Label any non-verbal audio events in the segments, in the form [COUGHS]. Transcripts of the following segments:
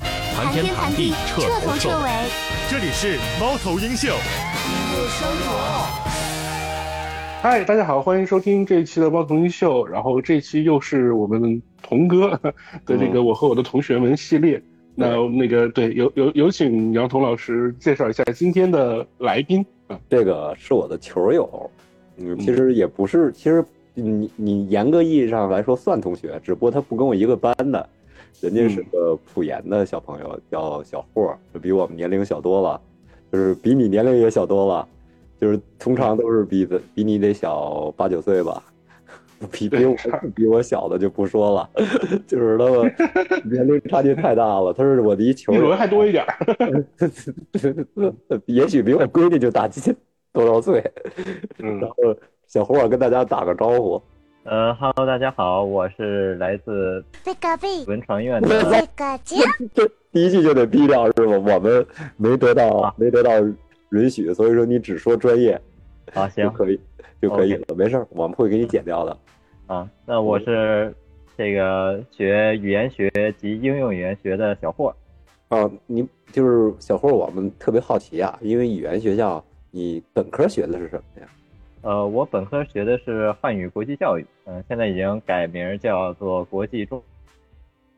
谈天谈地，彻头彻尾。这里是猫头鹰秀。嗨，大家好，欢迎收听这一期的《猫头鹰秀》。然后这一期又是我们童哥 [LAUGHS] 的这个“我和我的同学们”系列。那那个对，有有有请杨彤老师介绍一下今天的来宾啊。这个是我的球友，嗯，其实也不是，其实你你严格意义上来说算同学，只不过他不跟我一个班的，人家是个普研的小朋友，叫小霍，就比我们年龄小多了，就是比你年龄也小多了，就是通常都是比的比你得小八九岁吧。 [LAUGHS] 比比我比我小的就不说了， [LAUGHS] 就是他们 [LAUGHS] 年龄差距太大了。他是我的一球比友我，还多一点儿， [LAUGHS] 也许比我闺女就大几多少岁。嗯然，后小胡儿跟大家打个招呼， [LAUGHS] 呃哈喽，大家好，我是来自贝嘎贝，文传院我的，操贝嘎酱，这第一句就得毙掉是吧？我们没得到啊没得到允许，所以说你只说专业啊就行可以就可以了，没事儿，我们会给你剪掉的。啊，那我是这个学语言学及应用语言学的小霍，啊，你就是小霍儿，我们特别好奇啊，因为语言学校你本科学的是什么呀？呃，我本科学的是汉语国际教育，嗯、现在已经改名叫做国际中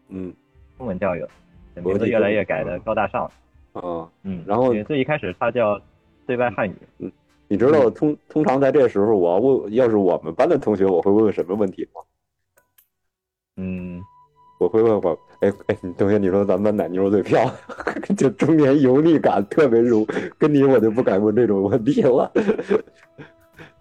嗯中文教育了，这国际名字越来越改的高大上了，啊，嗯，然后因为最一开始它叫对外汉语，你知道通通常在这时候，我要问要是我们班的同学，我会问什么问题吗？嗯，我会问我，哎哎，同学，你说咱们班奶牛肉最漂亮， [LAUGHS] 就中年油腻感特别浓，跟你我就不敢问这种问题了， [LAUGHS]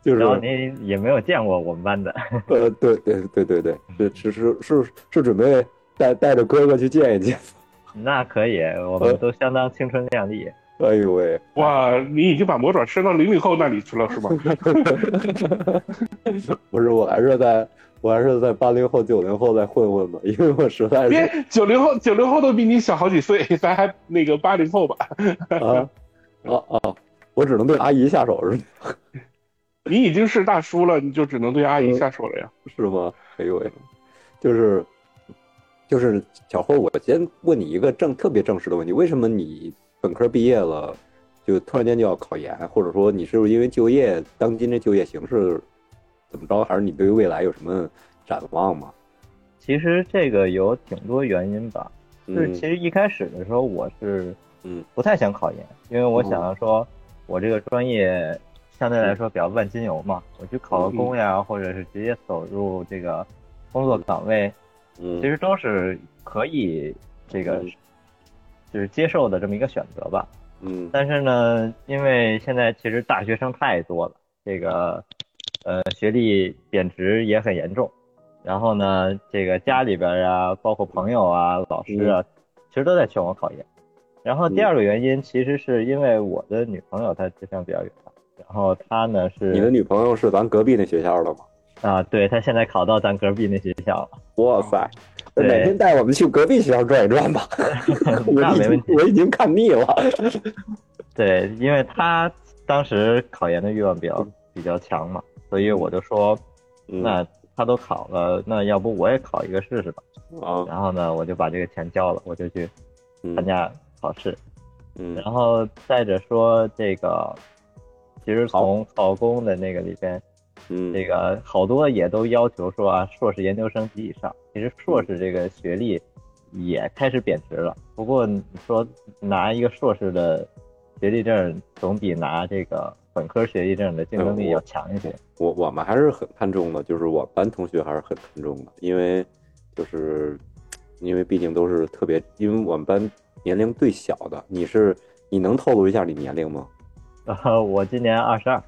就然后是您也没有见过我们班的，呃，对对对对对，嗯是是是是是准备带带着哥哥去见一见， [LAUGHS] 那可以，我呃们都相当青春靓丽，哎呦喂，哇，你已经把魔爪伸到零零后那里去了是吗？不是，我还是在我还是在八零后九零后再混混吧，因为我实在是别 [LAUGHS] 九零后，九零后都比你小好几岁，咱还那个八零后吧。啊啊啊，我只能对阿姨下手是吗你已经是大叔了，你就只能对阿姨下手了呀。是吗？哎呦喂，就是就是小霍，我先问你一个正特别正式的问题：为什么你本科毕业了，就突然间就要考研？或者说你是不是因为就业当今这就业形势怎么着？还是你对于未来有什么展望吗？其实这个有挺多原因吧，就是其嗯实一开始的时候我是嗯不太想考研，因为我想说我这个专业相对来嗯说比较万金油嘛，我去考个公呀，或者是直接走入这个工作岗位，嗯，其实都是可以这个嗯就是接受的这么一个选择吧。嗯但是呢，因为现在其实大学生太多了，这个呃学历贬值也很严重。然后呢，这个家里边啊，包括朋友啊、老师啊，嗯其实都在劝我考研。然后第二个原因，其实是因为我的女朋友她志向比较远大，然后她呢是你的女朋友是咱隔壁那学校的吗？啊，对她现在考到咱隔壁那学校了。哇塞！哦对哪天带我们去隔壁学校转一转吧，我 [LAUGHS] 那已没问经题我已经看腻了。对，因为她当时考研的欲望比较比较强嘛，所以我就说，嗯那她都考了，那要不我也考一个试试吧。啊，然后呢，我就把这个钱交了，我就去参加考试。嗯然后再者说这个，其实从考公的那个里边，嗯，这个好多也都要求说啊，硕士研究生及以上。其实嗯硕士这个学历也开始贬值了。不过你说拿一个硕士的学历证，总比拿这个本科学历证的竞嗯争力要强一些。 [LAUGHS] 我我们还是很看重的，就是我们班同学还是很看重的，因为就是因为毕竟都是特别，因为我们班年龄最小的，你是你能透露一下你年龄吗？呃，我今年二十二，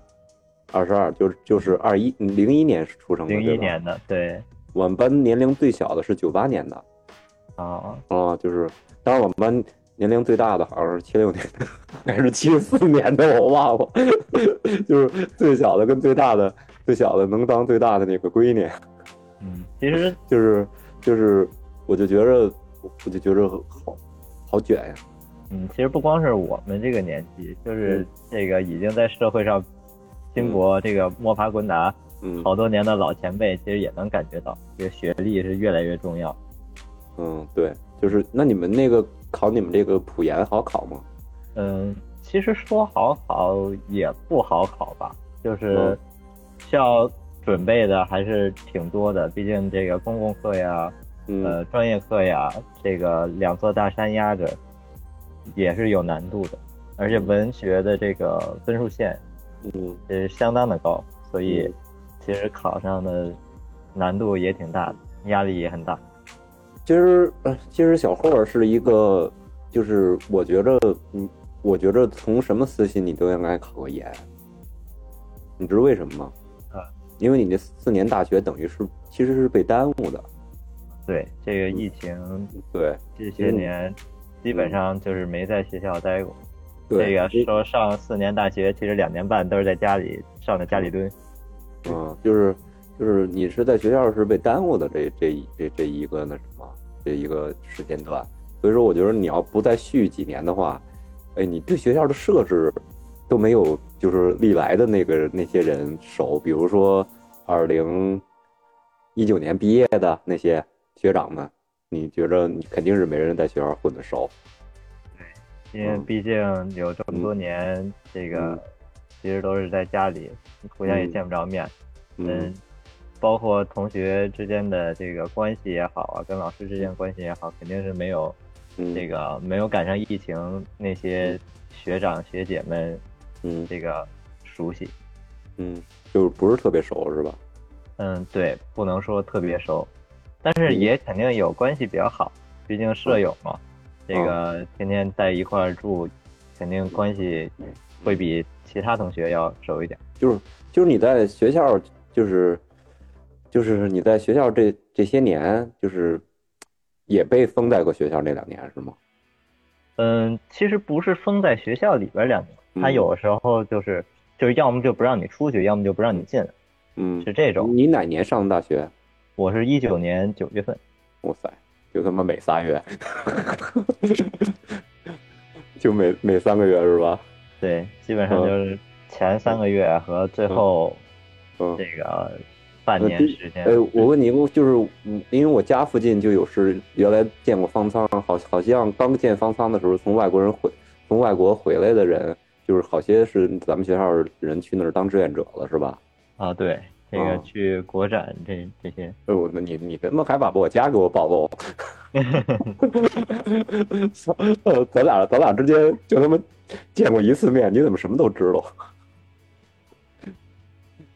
二十二，就是就是二一零一年出生的，零对一吧年的，对我们班年龄最小的是九八年的啊，啊，就是当然我们班年龄最大的好像是七六年的还是七四年的，我忘了， [LAUGHS] 就是最小的跟最大的，最小的能当最大的那个闺女。嗯，其实就是就是，我就觉着，我就觉着好好卷呀、嗯，其实不光是我们这个年纪，嗯就是这个已经在社会上拼搏、这个摸爬滚打嗯好多年的老前辈，其实也能感觉到这个学历是越来越重要。嗯，对，就是那你们那个考你们这个普研好考吗？嗯，其实说好考也不好考吧，就是嗯需要准备的还是挺多的，毕竟这个公共课呀、嗯呃专业课呀，这个两座大山压着，也是有难度的。而且文学的这个分数线嗯是呃相当的高，所以嗯其实考上的难度也挺大的，压力也很大。其实，呃其实小霍儿是一个，就是我觉着，嗯，我觉着从什么私心你都应该考个研。你知道为什么吗？啊，因为你那四年大学等于是其实是被耽误的。对，这个疫情对这嗯些年，基本上就是没在学校待过。这对，嗯个你说上四年大学，其实两年半都是在家里上的家里蹲。嗯，就是就是你是在学校是被耽误的这这一这这一个那什么这一个时间段，所以说我觉得你要不再续几年的话，哎，你对学校的设置都没有就是历来的那个那些人熟，比如说二零一九年毕业的那些学长们，你觉着你肯定是没人在学校混的熟，因为嗯毕竟有这么多年，这个嗯其实都是在家里，互相也见不着面。嗯，，包括同学之间的这个关系也好啊，跟老师之间的关系也好，肯定是没有嗯这个没有赶上疫情那些学长学姐们嗯这个熟悉。嗯，就是不是特别熟是吧？嗯，对，不能说特别熟，但是也肯定有关系比较好，毕竟嗯舍友嘛，这哦个天天在一块儿住，肯定关系会比其他同学要熟一点。就是就是你在学校，就是就是你在学校这这些年，就是也被封在过学校那两年是吗？嗯，其实不是封在学校里边儿两年，他嗯有时候就是就是要么就不让你出去，要么就不让你进来，嗯是，这种。你哪年上的大学？我是一九年九月份，哇塞，就他妈每三月， [LAUGHS] 就每每三个月是吧？对，基本上嗯就是前三个月和最后嗯，这个半呃年这时间。哎，我问你一个，就是嗯因为我家附近就有是原来建过方舱，好好像刚建方舱的时候，从外国人回从外国回来的人，就是好些是咱们学校人去那儿当志愿者了，是吧？啊，对，这个嗯去国展这这些，哎我那你你他妈还把我家给我 [LAUGHS] 暴露，操呃咱俩咱俩之间就他妈见过一次面，你怎么什么都知道？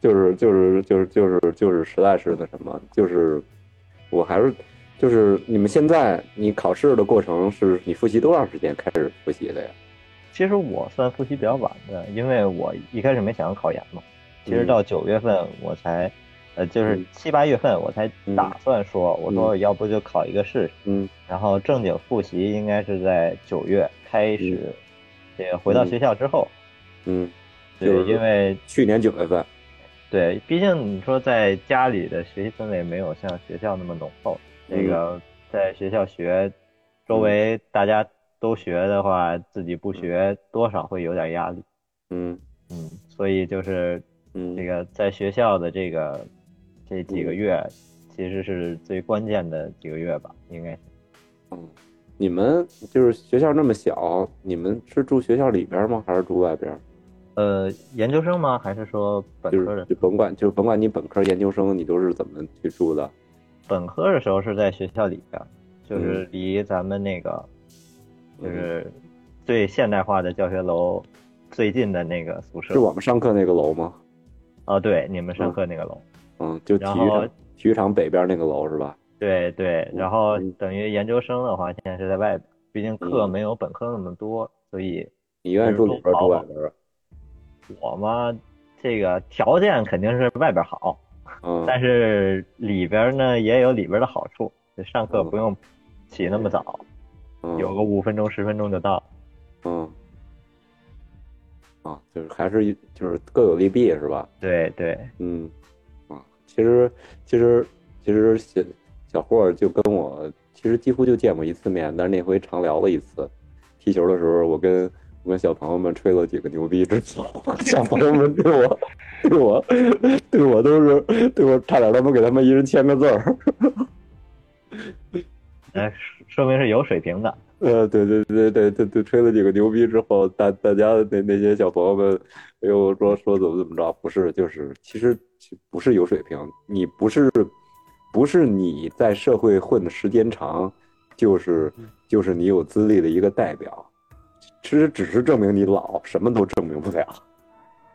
就是就是就是就是就是实在是那什么，就是我还是就是你们现在你考试的过程是你复习多长时间开始复习的呀？其实我算复习比较晚的，因为我一开始没想着考研嘛，其实到九月份我才，呃，就是嗯七八月份我才嗯打算说，我说要不就考一个试试，嗯然后正经复习应该是在九月开始，这个回到学校之后，嗯，就对，是因为去年九月份，对，毕竟你说在家里的学习氛围没有像学校那么浓厚。嗯这个在学校学，周围大家都学的话，自己不学多少会有点压力。嗯嗯，所以就是嗯，这个在学校的这个这几个月，其实是最关键的几个月吧，应该是。嗯，你们就是学校那么小，你们是住学校里边吗？还是住外边？呃，研究生吗？还是说本就科的是？就甭管就甭管你本科、研究生，你都是怎么去住的？本科的时候是在学校里边，嗯就是离咱们那个，就是最现代化的教学楼最近的那个宿舍是。我们上课那个楼吗？哦，对，你们上课那个楼。嗯，就体然育后场体育场北边那个楼是吧？对对，然后嗯等于研究生的话，现在是在外边，毕竟课嗯没有本科那么多，所以你愿意住里边儿住啊外边儿？我嘛，这个条件肯定是外边好，嗯，但是里边呢也有里边的好处，就上课嗯不用起那么早，嗯有个五分钟十分钟就到。嗯啊，就是还是就是各有利弊是吧？对对，嗯，啊，其实其实其实小小霍儿就跟我其实几乎就见过一次面，但是那回常聊了一次。踢球的时候，我跟我跟小朋友们吹了几个牛逼之后，小朋友们对我对我对我都是对我差点他妈给他们一人签个字儿。呃，说明是有水平的。呃，对对对对对对，吹了几个牛逼之后，大大家那那些小朋友们又说说怎么怎么着，不是，就是其实不是有水平，你不是不是你在社会混的时间长，就是就是你有资历的一个代表，其实只是证明你老，什么都证明不了。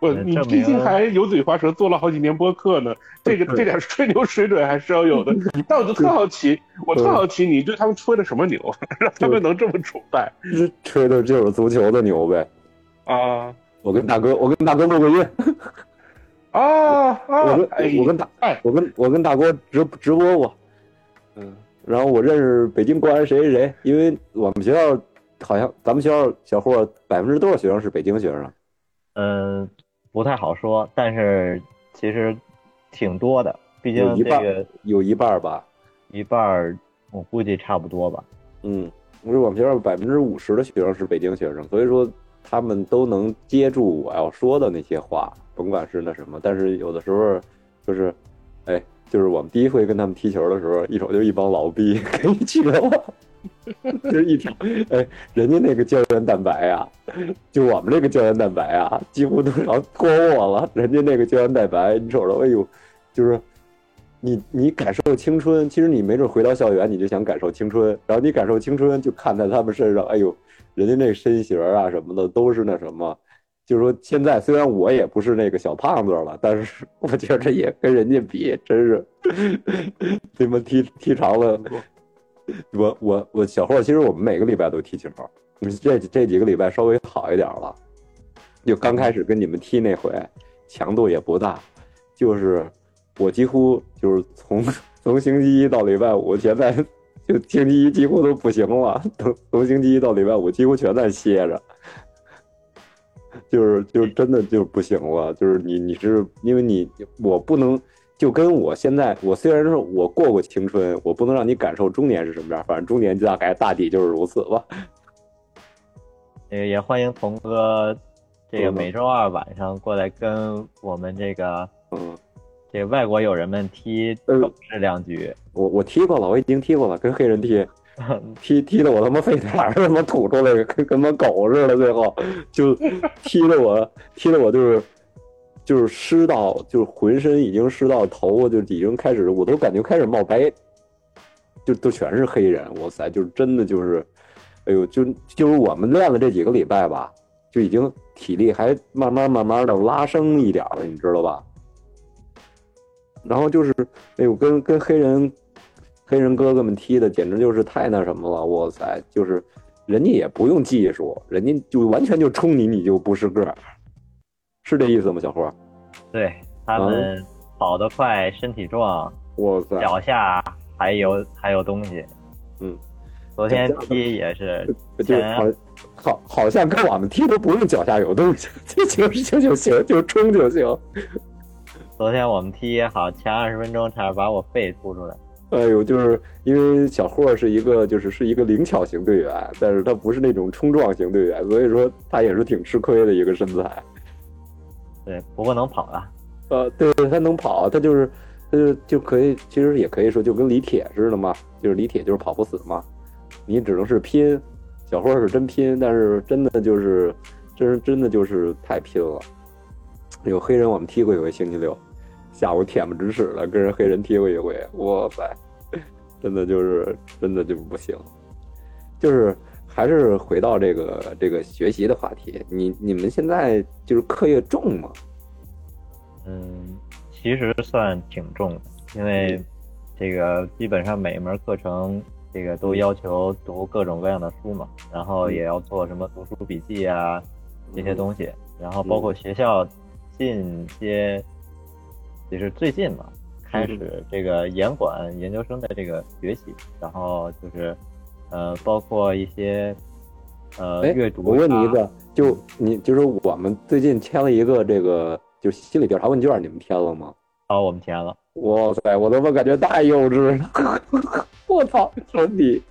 不，哎嗯你证毕明竟还油嘴滑舌，做了好几年播客呢，这个是这点吹牛水准还是要 [LAUGHS] 有的。但我就特好奇，我特嗯好奇你对他们吹了什么牛， [LAUGHS] 让他们能这么崇拜这吹的就是足球的牛呗。啊我跟大哥，我跟大哥录个音，啊我啊跟！哎我跟大哎，我跟我跟大哥直直播过，嗯然后我认识北京国安谁谁谁，因为我们学校好像咱们学校小伙百分之多少学生是北京学生？啊嗯、不太好说，但是其实挺多的，毕竟有一这半个有一半儿吧，一半儿，我估计差不多吧。嗯，我说我们学校百分之五十的学生是北京学生，所以说他们都能接住我要说的那些话，甭管是那什么。但是有的时候就是，哎，就是我们第一回跟他们踢球的时候，一瞅就一帮老逼 [LAUGHS] 给你气了我，就是一瞅，哎，人家那个胶原蛋白啊，就我们这个胶原蛋白啊，几乎都要脱我了。人家那个胶原蛋白，你瞅着，哎呦，就是你你感受青春，其实你没准回到校园，你就想感受青春，然后你感受青春就看在他们身上，哎呦，人家那身形啊什么的都是那什么。就是说，现在虽然我也不是那个小胖子了，但是我觉着也跟人家比，真是他妈踢踢长了。我我我小时候，其实我们每个礼拜都踢球，这这几个礼拜稍微好一点了。就刚开始跟你们踢那回，强度也不大，就是我几乎就是从从星期一到礼拜五，全在就星期一几乎都不行了，从从星期一到礼拜五几乎全在歇着，就是就是真的就是不行了，就是你你是因为你我不能。就跟我现在，我虽然说我过过青春，我不能让你感受中年是什么样，反正中年大概大抵就是如此吧。 [LAUGHS] 也呃也欢迎童哥，这个嗯每周二晚上过来跟我们这个嗯，这个外国友人们踢呃斗智两局。我我踢过了，我已经踢过了，跟黑人踢，踢踢的我他妈肺点 [LAUGHS] 儿他妈吐出来，跟跟他妈狗似的，最后就踢的我踢的我就是就是湿到就是浑身已经湿到头，就已经开始我都感觉开始冒白，就都全是黑人，哇塞，就是真的就是，哎呦，就就是我们练了这几个礼拜吧，就已经体力还慢慢慢慢的拉升一点儿了，你知道吧？然后就是，哎呦，跟跟黑人黑人哥哥们踢的，简直就是太那什么了，哇塞！就是人家也不用技术，人家就完全就冲你，你就不是个儿，是这意思吗，小伙儿？对他嗯们跑得快，身体壮，哇塞！脚下还有还有东西。嗯，昨天踢也是，就是好，好，好像跟我们踢都不用脚下有动静，就就就就行，就冲就行。昨天我们踢也好，前二十分钟差点把我肺吐出来。哎呦，就是因为小霍是一个就是是一个灵巧型队员，但是他不是那种冲撞型队员，所以说他也是挺吃亏的一个身材。对，不过能跑啊了。呃，对，他能跑，他就是，他就就可以，其实也可以说就跟李铁似的嘛，就是李铁就是跑不死嘛，你只能是拼，小霍是真拼，但是真的就是，真是真的就是太拼了。有黑人我们踢过一回，星期六下午恬不知耻的跟人黑人踢过一回，哇塞，真的就是真的就不行，就是还是回到这个这个学习的话题，你你们现在就是课业重吗？嗯，其实算挺重的，因嗯为这个基本上每一门课程，这个都要求读各种各样的书嘛，然嗯后也要做什么读书笔记啊这些东西，嗯然后包括学校近些，也是最近嘛，嗯开始这个严管研究生的这个学习，然后就是呃，包括一些呃哎阅读啊。嗯我问你一个，就你就是我们最近签了一个这个就心理调查问卷，你们填了吗？哦，我们填了。哇塞，我他妈感觉太幼稚了！ [LAUGHS] 我操，说你，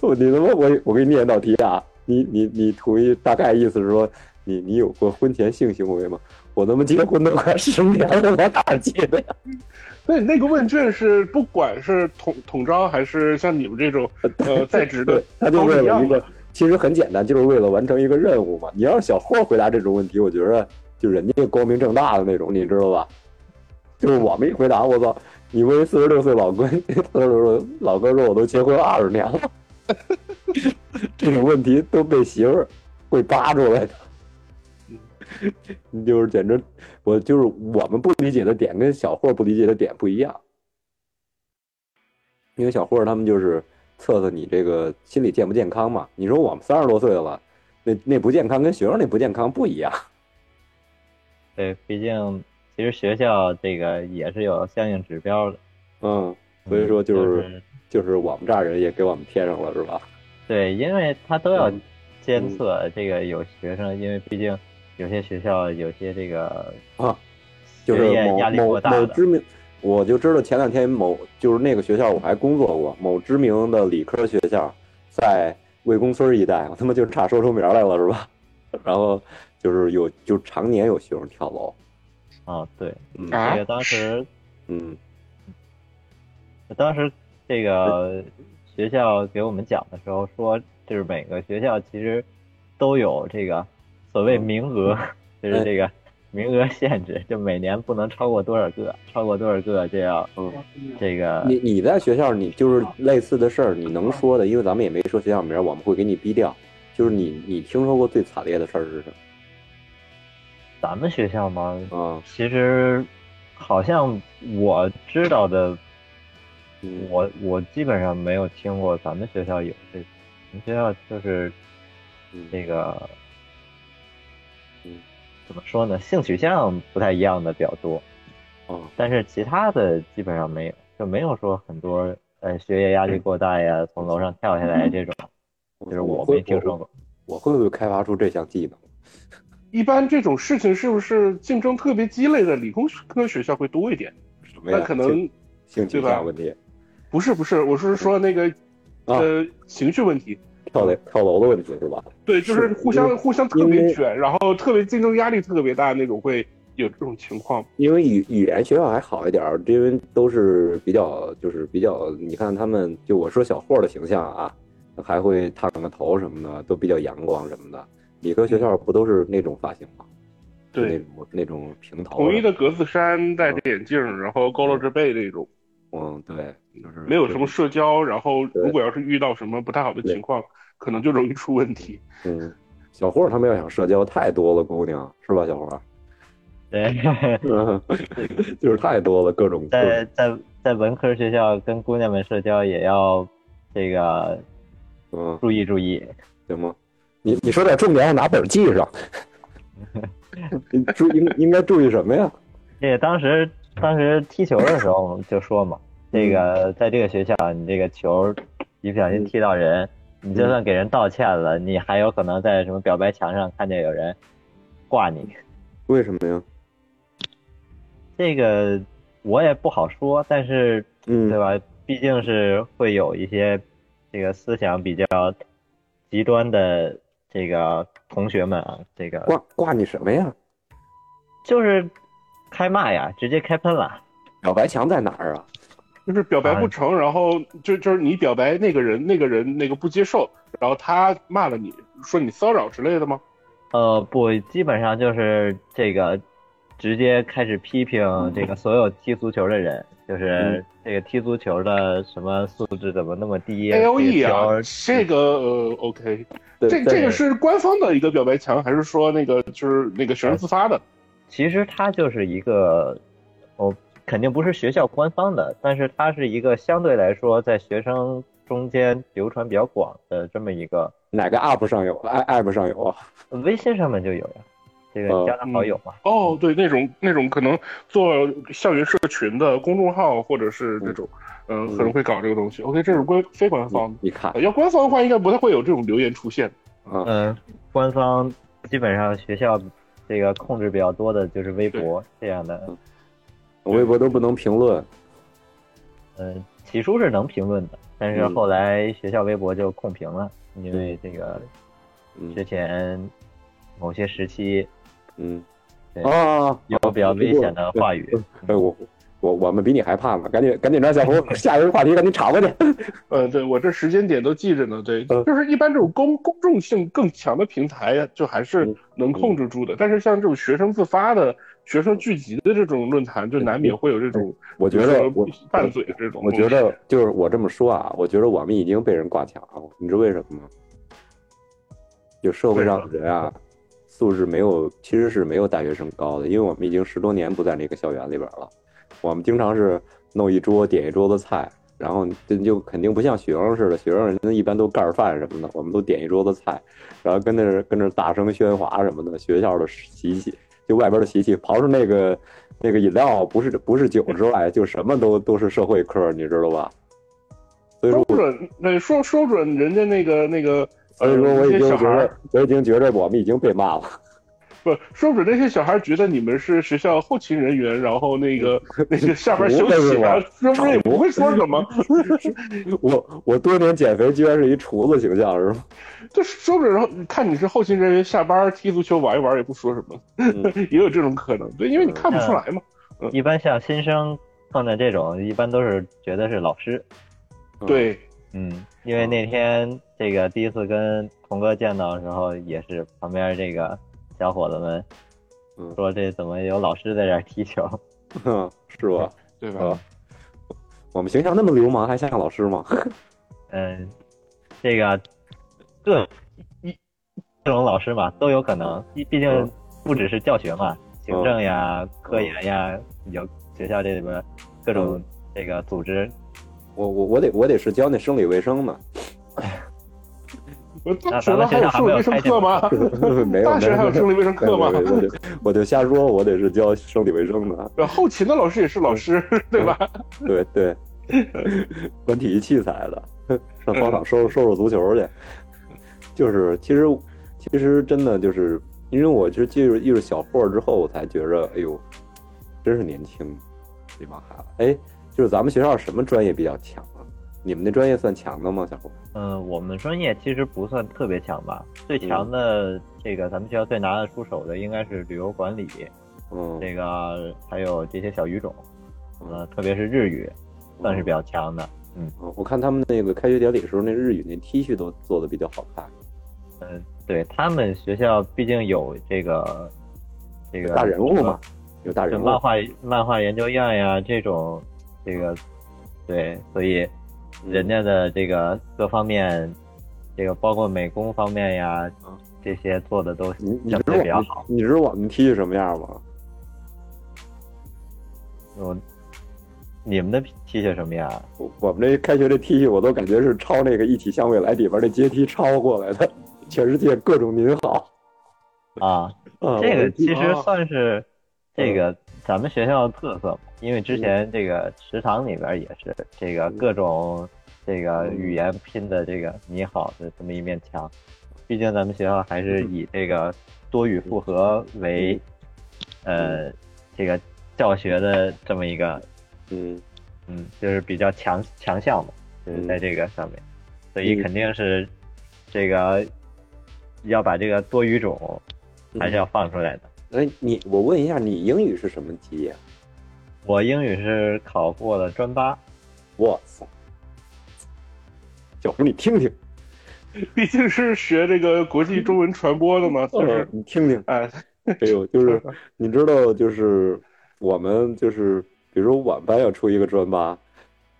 我你他妈我我给你念一道题啊！你你你图一大概意思是说你你有过婚前性行为吗？我他妈结婚都快十年了，我哪儿记得呀？，那那个问卷是不管是统统招还是像你们这种呃在职的他就都为一了一样个的。，其实很简单，就是为了完成一个任务嘛。你要是小霍回答这种问题，我觉得就人家光明正大的那种，你知道吧？就是我们一回答，我操，你问四十六岁老哥，他说老哥说我都结婚二十年了，这种问题都被媳妇儿会扒出来的。就是简直，我就是我们不理解的点跟小霍不理解的点不一样，因为小霍他们就是测测你这个心理健不健康嘛。你说我们三十多岁了，那那不健康跟学生那不健康不一样。对，毕竟其实学校这个也是有相应指标的，嗯，所以说就、就是就是我们这儿人也给我们贴上了，是吧？对，因为他都要嗯监测这个有学生，因为毕竟有些学校有些这个啊，就是学业某压力过某大某的，知名，我就知道前两天某就是那个学校我还工作过，某知名的理科学校在魏公村一带，我他妈就差说出名来了，是吧？ [LAUGHS] 然后就是有就常年有学生跳楼，啊，对，嗯、啊这个当时嗯当时这个学校给我们讲的时候说，就是每个学校其实都有这个所谓名额，嗯 [LAUGHS] 就是这个名额限制，就每年不能超过多少个，超过多少个就要嗯。这个呃你你在学校，你就是类似的事儿，你能说的，因为咱们也没说学校名儿，我们会给你逼掉。就是你你听说过最惨烈的事儿是什咱们学校嘛，么啊？其实好像我知道的，嗯，我我基本上没有听过咱们学校有这，咱们学校就是嗯这个嗯，怎么说呢？性取向不太一样的比较多，啊，但是其他的基本上没有，就没有说很多呃学业压力过大呀，从楼上跳下来这种，就是我会没听说过。我，我会不会开发出这项技能？一般这种事情是不是竞争特别激烈的理工科学校会多一点？什么呀？那可能性性取对吧向问题，不是不是，我是说那个啊呃情绪问题。跳楼跳楼的问题是吧？对，就是是互相互相特因别为卷，然后特别竞争压力特别大那种，会有这种情况。因为语语言学校还好一点儿，因为都是比较就是比较，你看他们就我说小霍的形象啊，还会烫个头什么的，都比较阳光什么的。理科学校不都是那种发型吗？对，，那种平头。统一的格子衫，戴着眼镜，然后佝偻着背那种，嗯，对，就是没有什么社交。然后对如果要是遇到什么不太好的情况，可能就容易出问题。嗯，小霍他们要想社交太多了，姑娘是吧，小霍？ [LAUGHS] 对，就是太多了，各种各在种在在文科学校跟姑娘们社交也要这个嗯，注意注意。行吗？你你说点重点，我拿本儿记上。 [LAUGHS] 你注应应该注意什么呀？这个当时当时踢球的时候就说嘛，这个在这个学校，你这个球一不小心踢到人，你就算给人道歉了，你还有可能在什么表白墙上看见有人挂你。为什么呀？这个我也不好说，但是嗯，对吧？毕竟是会有一些这个思想比较极端的这个同学们啊，这个挂挂你什么呀？就是开骂呀，直接开喷了。表白墙在哪儿啊？就是表白哎啊不成，然后就就是你表白那个人，那个人那个不接受，然后他骂了你说你骚扰之类的吗？呃，不，基本上就是这个，直接开始批评这个所有踢足球的人，就是这个踢足球的什么素质怎么那么低 A O E 这啊个，这个呃，OK，对这在这个是官方的一个表白墙，还是说那个就是那个学哎生自发的？其实它就是一个，哦，肯定不是学校官方的，但是它是一个相对来说在学生中间流传比较广的这么一个，哪个 app 上有？i app 上有啊？呃微信上面就有呀，这个哦加上好友嘛，哦，对，那种那种可能做校园社群的公众号或者是那种，嗯，可能会搞这个东西。OK，这是官非官方的你你看，呃要官方的话，应该不太会有这种留言出现。啊，嗯、官方基本上学校这个控制比较多的就是微博这样的。微博都不能评论。嗯，起初是能评论的，但是嗯后来学校微博就控评了，因为这个嗯之前某些时期嗯，对啊，有比较危险的话语。哎，我我我们比你还怕呢，赶紧赶紧让小红下一个话题赶紧查吧去。呃，对我这时间点都记着呢。对，嗯就是一般这种公公众性更强的平台呀，就还是嗯能控制住的。但是像这种学生自发的、学生聚集的这种论坛，就难免会有这种嗯我觉就是得说我拌嘴这种。我觉得就是我这么说啊，我觉得我们已经被人挂墙了，你知道为什么吗？就社会上的人啊，素质没有，其实是没有大学生高的，因为我们已经十多年不在那个校园里边了。我们经常是弄一桌点一桌子菜，然后就就肯定不像学生似的，学生人家一般都盖儿饭什么的，我们都点一桌子菜，然后跟那儿跟那儿大声喧哗什么的，学校的习气，就外边的习气，刨出那个那个饮料不是不是酒之外，就什么都都是社会课，你知道吧？所以说说不准，那说说不准人家那个那个，所呃，以说我那已些经小孩觉儿得，我已经觉得我们已经被骂了。不，说不准那些小孩觉得你们是学校后勤人员，然后那 [LAUGHS] 个那个下班休息啊，说不定也不会说什么， [LAUGHS] 我我多年减肥居然是一厨子形象是吗？ [LAUGHS] 就是说不准然后看你是后勤人员，下班踢足球玩一玩也不说什么，嗯 [LAUGHS] 也有这种可能，对，因为你看不出来嘛。一般像新生碰见这种，一般都是觉得是老师。嗯，对，嗯，因为那天这个第一次跟童哥见到的时候，也是旁边这个小伙子们嗯说这怎么有老师在这儿踢球？嗯 [LAUGHS] 是吧？对吧？啊，我们形象那么流氓，还像老师吗？ [LAUGHS] 嗯，这个各一各种老师嘛都有可能，毕毕竟嗯不只是教学嘛，行政呀、科研呀，有学校这里边各嗯种这个组织，我我我得我得是教那生理卫生呢，我那大学咱们还学校还生理卫生没有开课这个吗？ [LAUGHS] 没有大学还有生理卫生课吗没？有没有我就我就瞎说，我得是教生理卫生的，然后后勤的老师也是老师，嗯对吧？ [LAUGHS] 对对，管体育器材的，上操场收拾收拾足球去。就是其实其实真的就是，因为我是进入艺术小霍之后，我才觉着，哎呦，真是年轻这帮孩子。哎，就是咱们学校什么专业比较强啊？你们那专业算强的吗，小霍？嗯，我们专业其实不算特别强吧，最嗯强的这个咱们学校最拿得出手的应该是旅游管理，嗯，这个还有这些小语种，嗯呃，特别是日语，算是比较强的。嗯我看他们那个开学典礼时候，那日语那 T 恤都做的比较好看，嗯，对他们学校毕竟有这个这个大人物嘛，有大对人物漫。画漫画研究院呀这种这个对，所以嗯人家的这个各方面，这个包括美工方面呀嗯，这些做的都你你相知道对比较我好。你知道我们 T 恤什么样吗？我你们的 T 恤什么样啊？我我们这开学这 T 恤，我都感觉是抄那个《一起向未来》里边那阶梯抄过来的， [LAUGHS] 全世界各种您好 [LAUGHS] 啊，啊！这个其啊实算是嗯这个咱们学校的特色嘛，因为之前这个食堂里边也是这个各种这个语言拼的这个你好的这么一面墙，毕竟咱们学校还是以这个多语复合为呃这个教学的这么一个嗯，嗯就是比较强强项嘛，就是在这个上面，所以嗯肯定是这个要把这个多语种还是要放出来的。哎，你我问一下，你英语是什么级呀、我英语是考过了专八，我操！小胡，你听听，毕竟是学这个国际中文传播的嘛，就是你听听，哎，哎呦， [LAUGHS] 就是你知道，就是我们就是，比如我们班要出一个专八，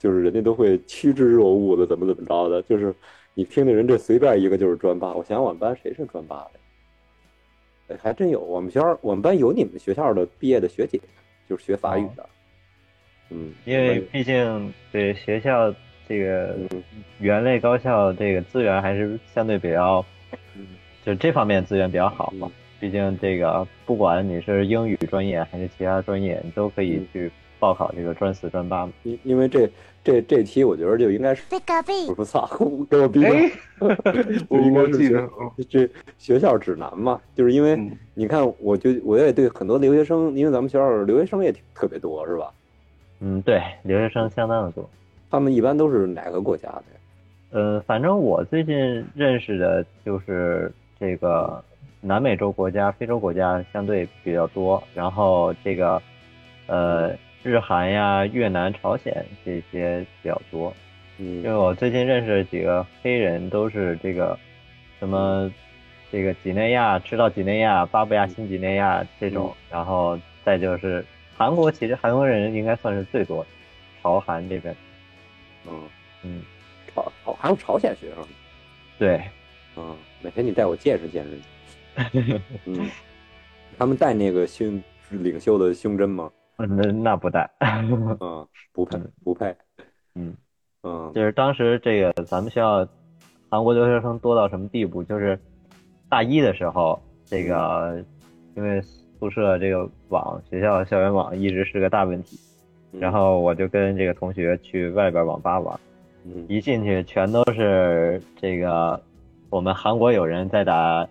就是人家都会趋之若鹜的，怎么怎么着的，就是你听听人这随便一个就是专八。我想想我们班谁是专八的，哎，还真有，我们学校我们班有你们学校的毕业的学姐，就是学法语的，哦嗯，因为毕竟对学校这个嗯园类高校这个资源还是相对比较，嗯就这方面资源比较好嘛。毕竟这个不管你是英语专业还是其他专业，你都可以去报考这个专四、专八嘛。因因为这这这期我觉得就应该是。贝卡贝我，说操，给我逼的！哎 [LAUGHS] 就应该我是记学着嗯这学校指南嘛，就是因为嗯你看，我就我也对很多留学生，因为咱们学校留学生也挺特别多，是吧？嗯，对，留学生相当的多。他们一般都是哪个国家的呀？呃嗯，反正我最近认识的就是这个南美洲国家、非洲国家相对比较多，然后这个呃日韩呀、越南、朝鲜这些比较多。因为嗯我最近认识几个黑人，都是这个什么这个几内亚、赤道几内亚、巴布亚新几内亚这种，然后再就是韩国，其实韩国人应该算是最多的，朝韩这边，嗯，嗯，朝朝还有朝鲜学生，对， [LAUGHS] 嗯，哪天你带我见识见识你。嗯，他们带那个胸领袖的胸针吗？那那不带。嗯，不配嗯不配。嗯嗯就是当时这个咱们学校韩国留学生多到什么地步？就是大一的时候，这个因为宿舍这个网学校校园网一直是个大问题，嗯然后我就跟这个同学去外边网吧玩，嗯一进去全都是这个我们韩国友人在打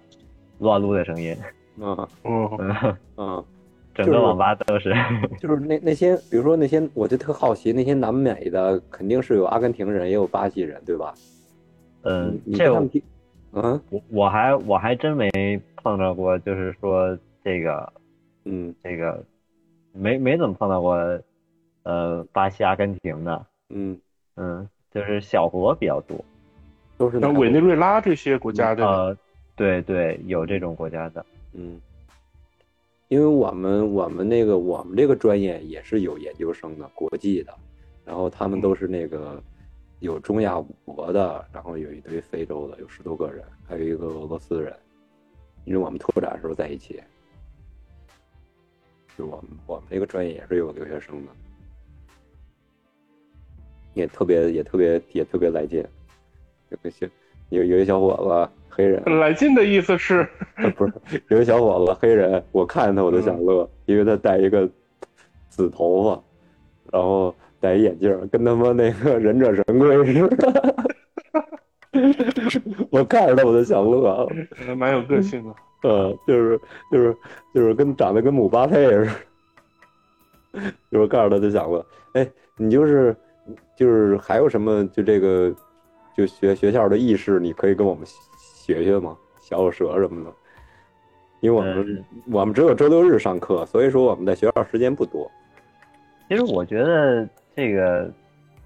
撸啊撸的声音，嗯哦，嗯，整个网吧都是，就是那那些，比如说那些，我就特好奇，那些南美的肯定是有阿根廷人，也有巴西人，对吧？嗯，你这跟他我们踢嗯我我还我还真没碰着过，就是说这个嗯这个没没怎么碰到过，呃，巴西、阿根廷的，嗯，嗯，就是小国比较多。都是啊那南委内瑞拉这些国家的，呃，对对，有这种国家的，嗯，因为我们我们那个我们这个专业也是有研究生的，国际的，然后他们都是那个有中亚五国的，然后有一堆非洲的，有十多个人，还有一个俄罗斯人，因为我们拓展的时候在一起，就我们我们这个专业也是有留学生的，也特别也特别也特别来劲，有个小有有一小伙子 [LAUGHS] 黑人。来劲的意思是， [LAUGHS] 不是，有个小伙子，黑人，我看见他我都想乐，因为他戴一个紫头发，然后戴一眼镜，跟他妈那个忍者神龟似的。 [LAUGHS] 我看着他我都想乐，呃蛮有个性的。呃，就是就是就是跟长得跟姆巴佩似的，就是告诉他就想乐。哎，你就是就是还有什么就这个就学学校的意识，你可以跟我们学学吗？小小蛇什么的，因为我们、我们只有周六日上课，所以说我们在学校时间不多。其实我觉得这个，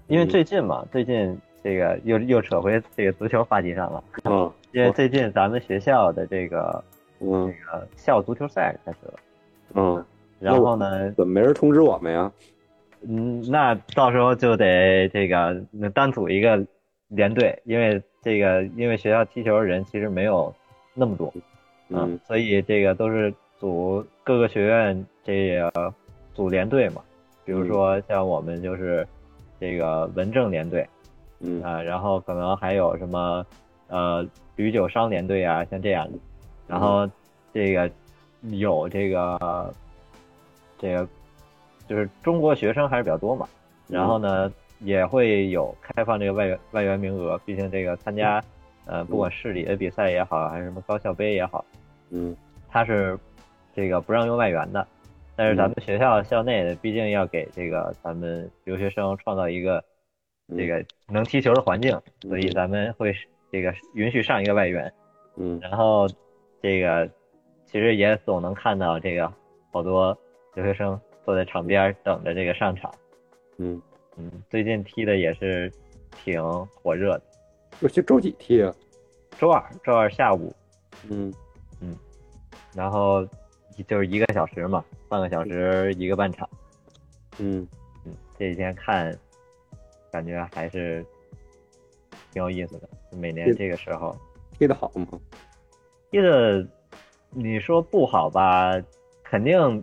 因为嗯最近嘛，最近这个又又扯回这个足球话题 [LAUGHS] 上了，啊，因为最近咱们学校的这个嗯呃校足球赛开始了，嗯，然后呢，怎么没人通知我们呀？嗯，那到时候就得这个那单组一个连队，因为这个因为学校踢球的人其实没有那么多，嗯啊所以这个都是组各个学院这个组连队嘛，比如说像我们就是这个文政连队嗯啊、然后可能还有什么呃吕九商连队啊，像这样的，然后这个有这个这个就是中国学生还是比较多嘛，然后呢，也会有开放这个外援外援名额，毕竟这个参加，呃，不管市里的比赛也好，还是什么高校杯也好，嗯它是这个不让用外援的。但是咱嗯们学校校内的，毕竟要给这个咱们留学生创造一个嗯这个能踢球的环境，嗯所以咱们会这个允许上一个外援。嗯然后这个其实也总能看到这个好多留学生坐在场边儿等着这个上场。嗯，嗯，最近踢的也是挺火热的。我去周几踢啊？周二，周二下午，嗯然后就是一个小时嘛，半个小时一个半场。嗯嗯，这几天看，感觉还是挺有意思的。每年这个时候踢得好吗？踢的，你说不好吧，肯定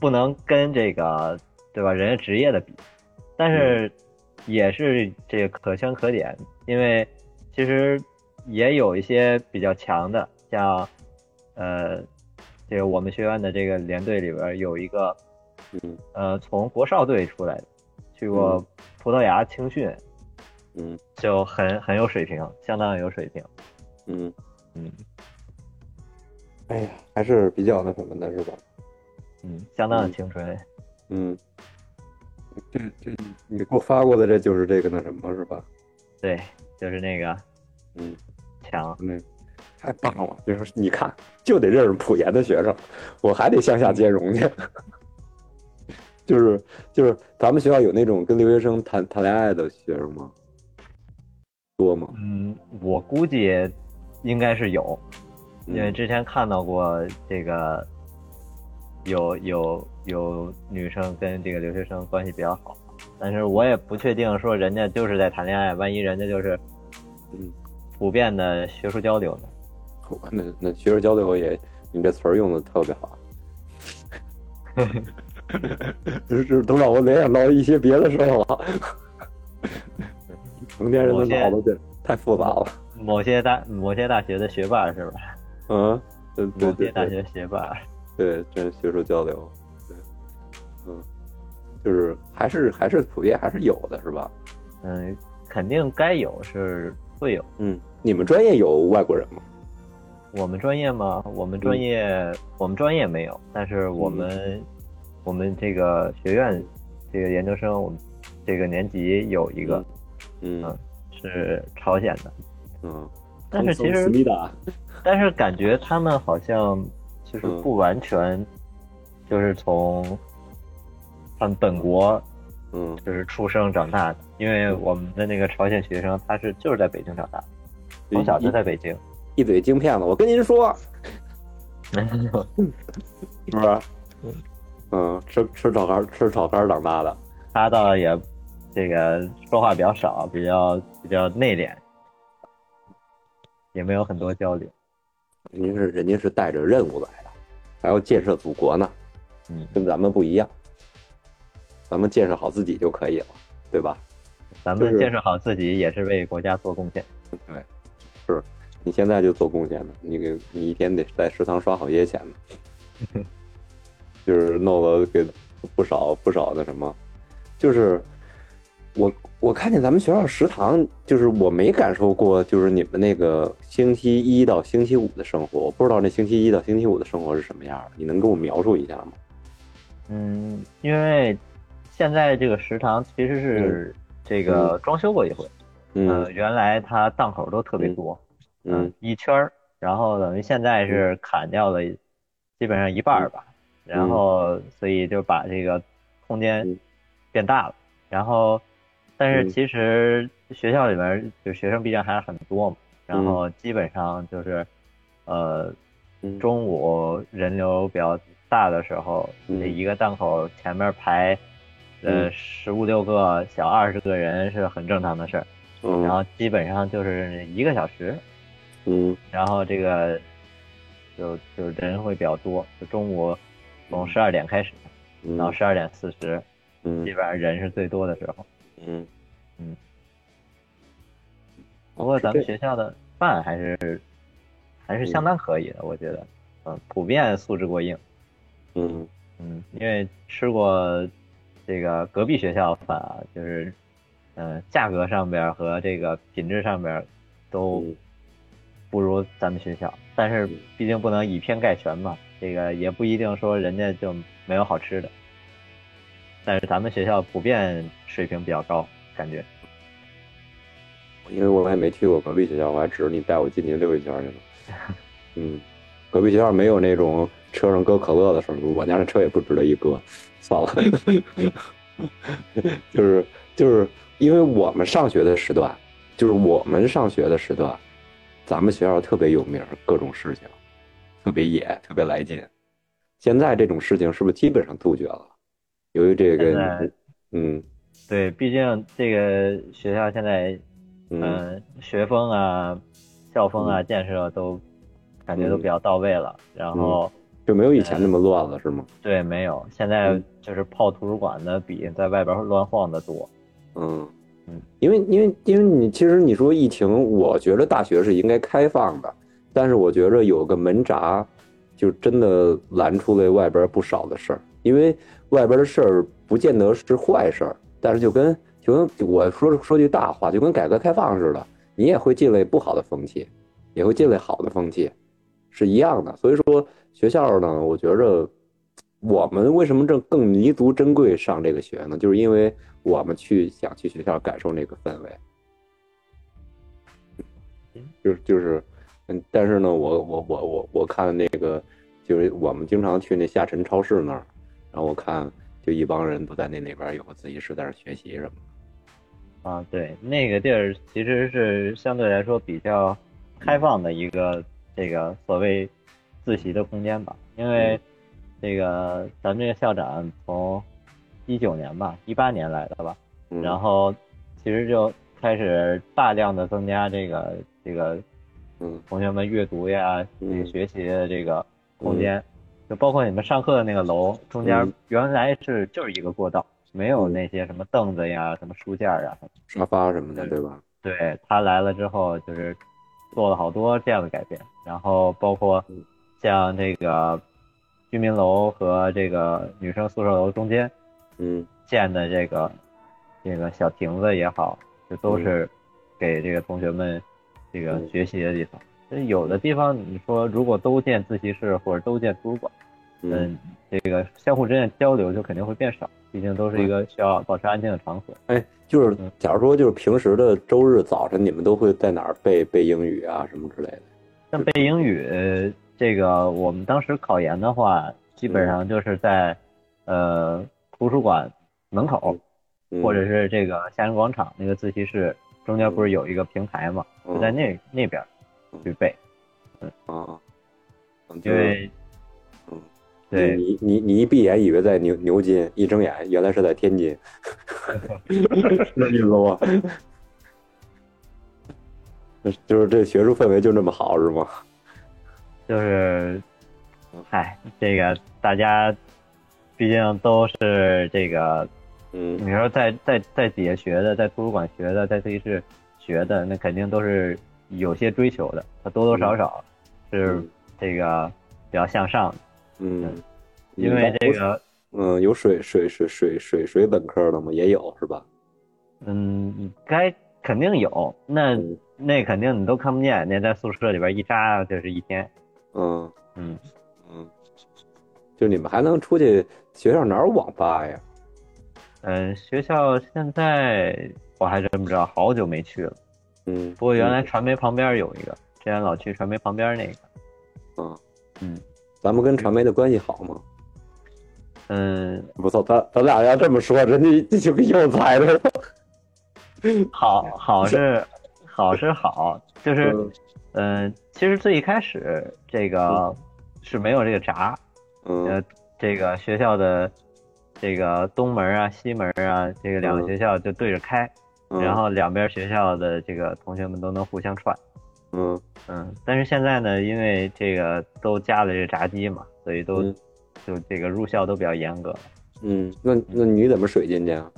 不能跟这个对吧人家职业的比，但嗯是也是这个可圈可点，因为其实也有一些比较强的，像呃这个我们学院的这个联队里边有一个嗯呃从国少队出来的，去过葡萄牙青训，嗯就很很有水平，相当有水平，嗯。嗯哎呀，还是比较那什么的，是吧？嗯，相当的嗯青春。嗯，这这你给我发过的，这就是这个那什么，是吧？对，就是那个嗯，强，那太棒了！就是你看，就得认识普研的学生，我还得向下兼容去。 [LAUGHS] 就是就是，咱们学校有那种跟留学生谈谈恋爱的学生吗？多吗？嗯，我估计应该是有，因为嗯之前看到过这个有有有女生跟这个留学生关系比较好，但是我也不确定说人家就是在谈恋爱，万一人家就是嗯普遍的学术交流呢？我 [LAUGHS] 那那学术交流也，你这词儿用的特别好，就是都让我联想到一些别的事儿了。成年人的脑子这太复杂了，某些大某些大学的学霸是吧？嗯，对对某对些大对学学霸，对，这是学术交流，对，嗯，就是还是还是普遍还是有的，是吧？嗯，肯定该有是会有。嗯，你们专业有外国人吗？我们专业吗？我们嗯专业，我们专业没有，但是我们、我们这个学院这个研究生，我们这个年级有一个嗯嗯是朝鲜的，嗯，但是其实思密达，但是感觉他们好像就是嗯不完全就是从他们本国嗯就是出生长大的，因为我们的那个朝鲜学生他是就是在北京长大的，从小就在北京，一嘴京片子，我跟您说，是不是？嗯，吃吃炒肝吃炒肝长大的，他倒也这个说话比较少，比较比较内敛，也没有很多交流。嗯人家是人家是带着任务来的，还要建设祖国呢，嗯，跟咱们不一样，咱们建设好自己就可以了，对吧？咱就们是建设好自己也是为国家做贡献。你现在就做贡献呢，你给你一天得在食堂刷好些钱呢，就是弄了给不少不少的什么，就是我我看见咱们学校食堂，就是我没感受过，就是你们那个星期一到星期五的生活，我不知道那星期一到星期五的生活是什么样的，你能给我描述一下吗？嗯，因为现在这个食堂其实是这个装修过一回，呃，嗯原来它档口都特别多，嗯，一圈儿，然后等于现在是砍掉了基本上一半儿吧，然后所以就把这个空间嗯变大了，然后但是嗯其实学校里面就学生毕竟还是很多嘛，然后基本上就是呃嗯中午人流比较大的时候，嗯这一个档口前面排呃嗯十五六个小二十个人是很正常的事儿，然嗯后基本上就是一个小时。嗯然后这个就就人会比较多，就中午从十二点开始，嗯，然后十二点四十，嗯基本上人是最多的时候。嗯嗯，不哦过咱们学校的饭还是还是相当可以的，我觉得，嗯，普遍素质过硬，嗯嗯，因为吃过这个隔壁学校的饭啊，就是，嗯，价格上边儿和这个品质上边儿都嗯不如咱们学校，但是毕竟不能以偏概全嘛，这个也不一定说人家就没有好吃的。但是咱们学校普遍水平比较高，感觉因为我也没去过隔壁学校，我还指着你带我进去溜一圈去了。 [LAUGHS] 嗯，隔壁学校没有那种车上搁可乐的事儿，我家那车也不值得一搁，算 [LAUGHS] 了。就是就是因为我们上学的时段，就是我们上学的时段，咱们学校特别有名儿，各种事情特别野，特别来劲。现在这种事情是不是基本上杜绝了？由于这现在个，嗯对，毕竟这个学校现在，嗯呃学风啊、校风啊、建设都感嗯觉都比较到位了。然后，就没有以前那么乱了，是吗？对，没有，现在嗯就是泡图书馆的比在外边乱晃的多。嗯嗯，因为因为因为你其实你说疫情，我觉得大学是应该开放的，但是我觉着有个门闸，就真的拦出了外边不少的事儿。因为外边的事儿不见得是坏事儿，但是就跟就跟我说说句大话，就跟改革开放似的，你也会进来不好的风气，也会进来好的风气，是一样的。所以说学校呢，我觉着我们为什么这更弥足珍贵上这个学呢？就是因为我们去想去嗯学校感受那个氛围，就是就是嗯，但是呢，我我我我我看那个，就是我们经常去那下沉超市那儿，然后我看就一帮人都在那里边有个自习室在那儿学习什么的。啊，对，那个地儿其实是相对来说比较嗯开放的一个这个所谓自习的空间吧，因嗯为这个咱们这个校长从一九年吧，一八年来的吧，嗯、然后其实就开始大量的增加这个这个嗯同学们阅读呀、嗯学习的这个空间，就包括你们上课的那个楼中间嗯原来是就是一个过道，没有那些什么凳子呀、什么书架啊呀什么的。沙发什么的，对对吧？对他来了之后，就是做了好多这样的改变，然后包括嗯像这个居民楼和这个女生宿舍楼中间嗯建的这个这个小亭子也好，这都是给这个同学们这个嗯学习的地方。那有的地方你说如果都建自习室或者都建图书馆，嗯，嗯，这个相互之间的交流就肯定会变少，毕竟都是一个需要保持安静的场所。哎，就是嗯假如说就是平时的周日早晨，你们都会在哪儿背背英语啊什么之类的？像背英语，呃这个我们当时考研的话，基嗯本上就是在、呃图书馆门口，嗯、或者是这个夏仁广场那个自习室中间不是有一个平台嘛，就在嗯那那边去背，啊，嗯就是因为嗯，对，你你你一闭眼以为在牛牛津，一睁眼原来是在天 [LAUGHS] 津，是这意思吗？就是这学术氛围就这么好是吗？就是，嗨，这个大家毕竟都是这个，嗯你说在在在底下学的，在图书馆学的，在自习室学的，那肯定都是有些追求的，他多多少少是嗯这个比较向上的，嗯，因为这个，嗯有水水水水水水本科的吗？也有是吧？嗯，你该肯定有，那嗯那肯定你都看不见，那在宿舍里边一扎就是一天，嗯嗯，嗯，就你们还能出去？学校哪有网吧呀？嗯，学校现在我还真不知道，好久没去了。嗯，不过原来传媒旁边有一个，之前老去传媒旁边那个，嗯嗯咱们跟传媒的关系好吗？嗯，我操，咱咱俩要这么说，人家这就跟又猜了。嗯好好是好是好，就是嗯，其实最一开始这个是没有这个闸，嗯呃，这个学校的这个东门啊、西门啊，这个两个嗯学校就对着开，嗯，然后两边学校的这个同学们都能互相串。嗯嗯，但是现在呢，因为这个都加了这个闸机嘛，所以都、嗯就这个入校都比较严格。嗯，那那你怎么水进去啊？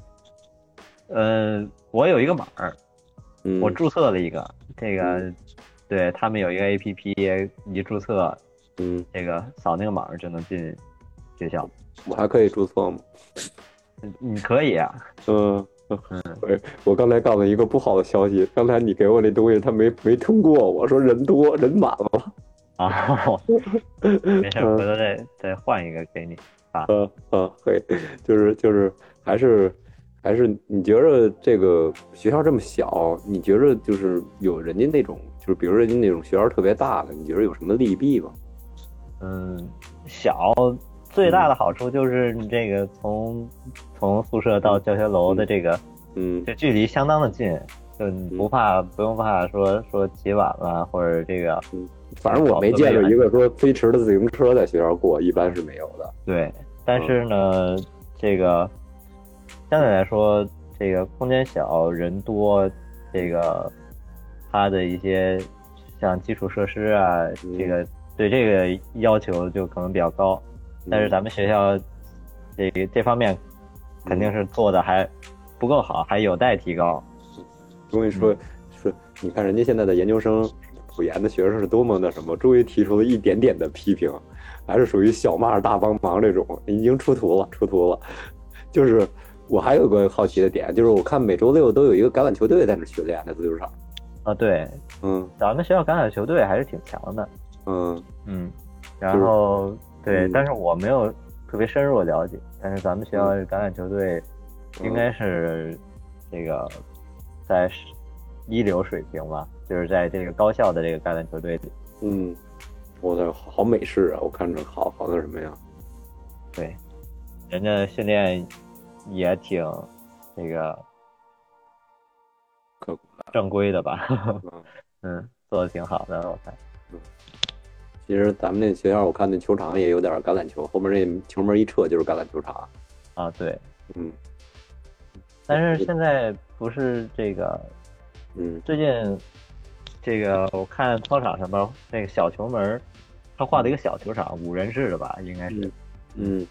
呃，我有一个码儿，嗯，我注册了一个，这个对他们有一个 A P P，一注册嗯，这个扫那个码儿就能进学校。我还可以注册吗？嗯你可以啊，嗯。我我刚才告诉你一个不好的消息，刚才你给我那东西，他没没通过。我说人多人满了，啊，没事儿，嗯回头再再换一个给你。嗯 [LAUGHS] 嗯，嘿，就是就是还是还是你觉着这个学校这么小，你觉着就是有人家那种，就是比如人家那种学校特别大的，你觉着有什么利弊吗？嗯，小嗯最大的好处就是你这个从从宿舍到教学楼的这个。嗯这距离相当的近，就你不怕、不用怕说说起晚了或者这个反正我没见着一个说飞驰的自行车在学校过，一般是没有的。对，但是呢，这个相对来说，这个空间小人多，这个它的一些像基础设施啊，嗯这个对这个要求就可能比较高，但是咱们学校这个这方面肯定是做的还不够好，还有待提高。终于说说，你看人家现在的研究生，普研的学生是多么的什么，终于提出了一点点的批评，还是属于小骂大帮忙这种，已经出图了，出图了。就是我还有个好奇的点，就是我看每周六都有一个橄榄球队在那训练，在足球场。啊，对，嗯咱们学校橄榄球队还是挺强的。嗯嗯，然后对，嗯但是我没有特别深入的了解，但是咱们学校的橄榄球队嗯应该是这个在一流水平吧，就是在这个高校的这个橄榄球队里，嗯，我操，好美式啊！我看着好好那什么呀？对，人家训练也挺这个刻苦正规的吧？嗯 [LAUGHS] 嗯，做的挺好的，我看。其实咱们那学校，我看那球场也有点橄榄球，后面那球门一撤就是橄榄球场。啊，对，嗯但是现在不是这个嗯最近这个我看操场上边那个小球门儿，他画了一个小球场，五人制的吧，应该是。嗯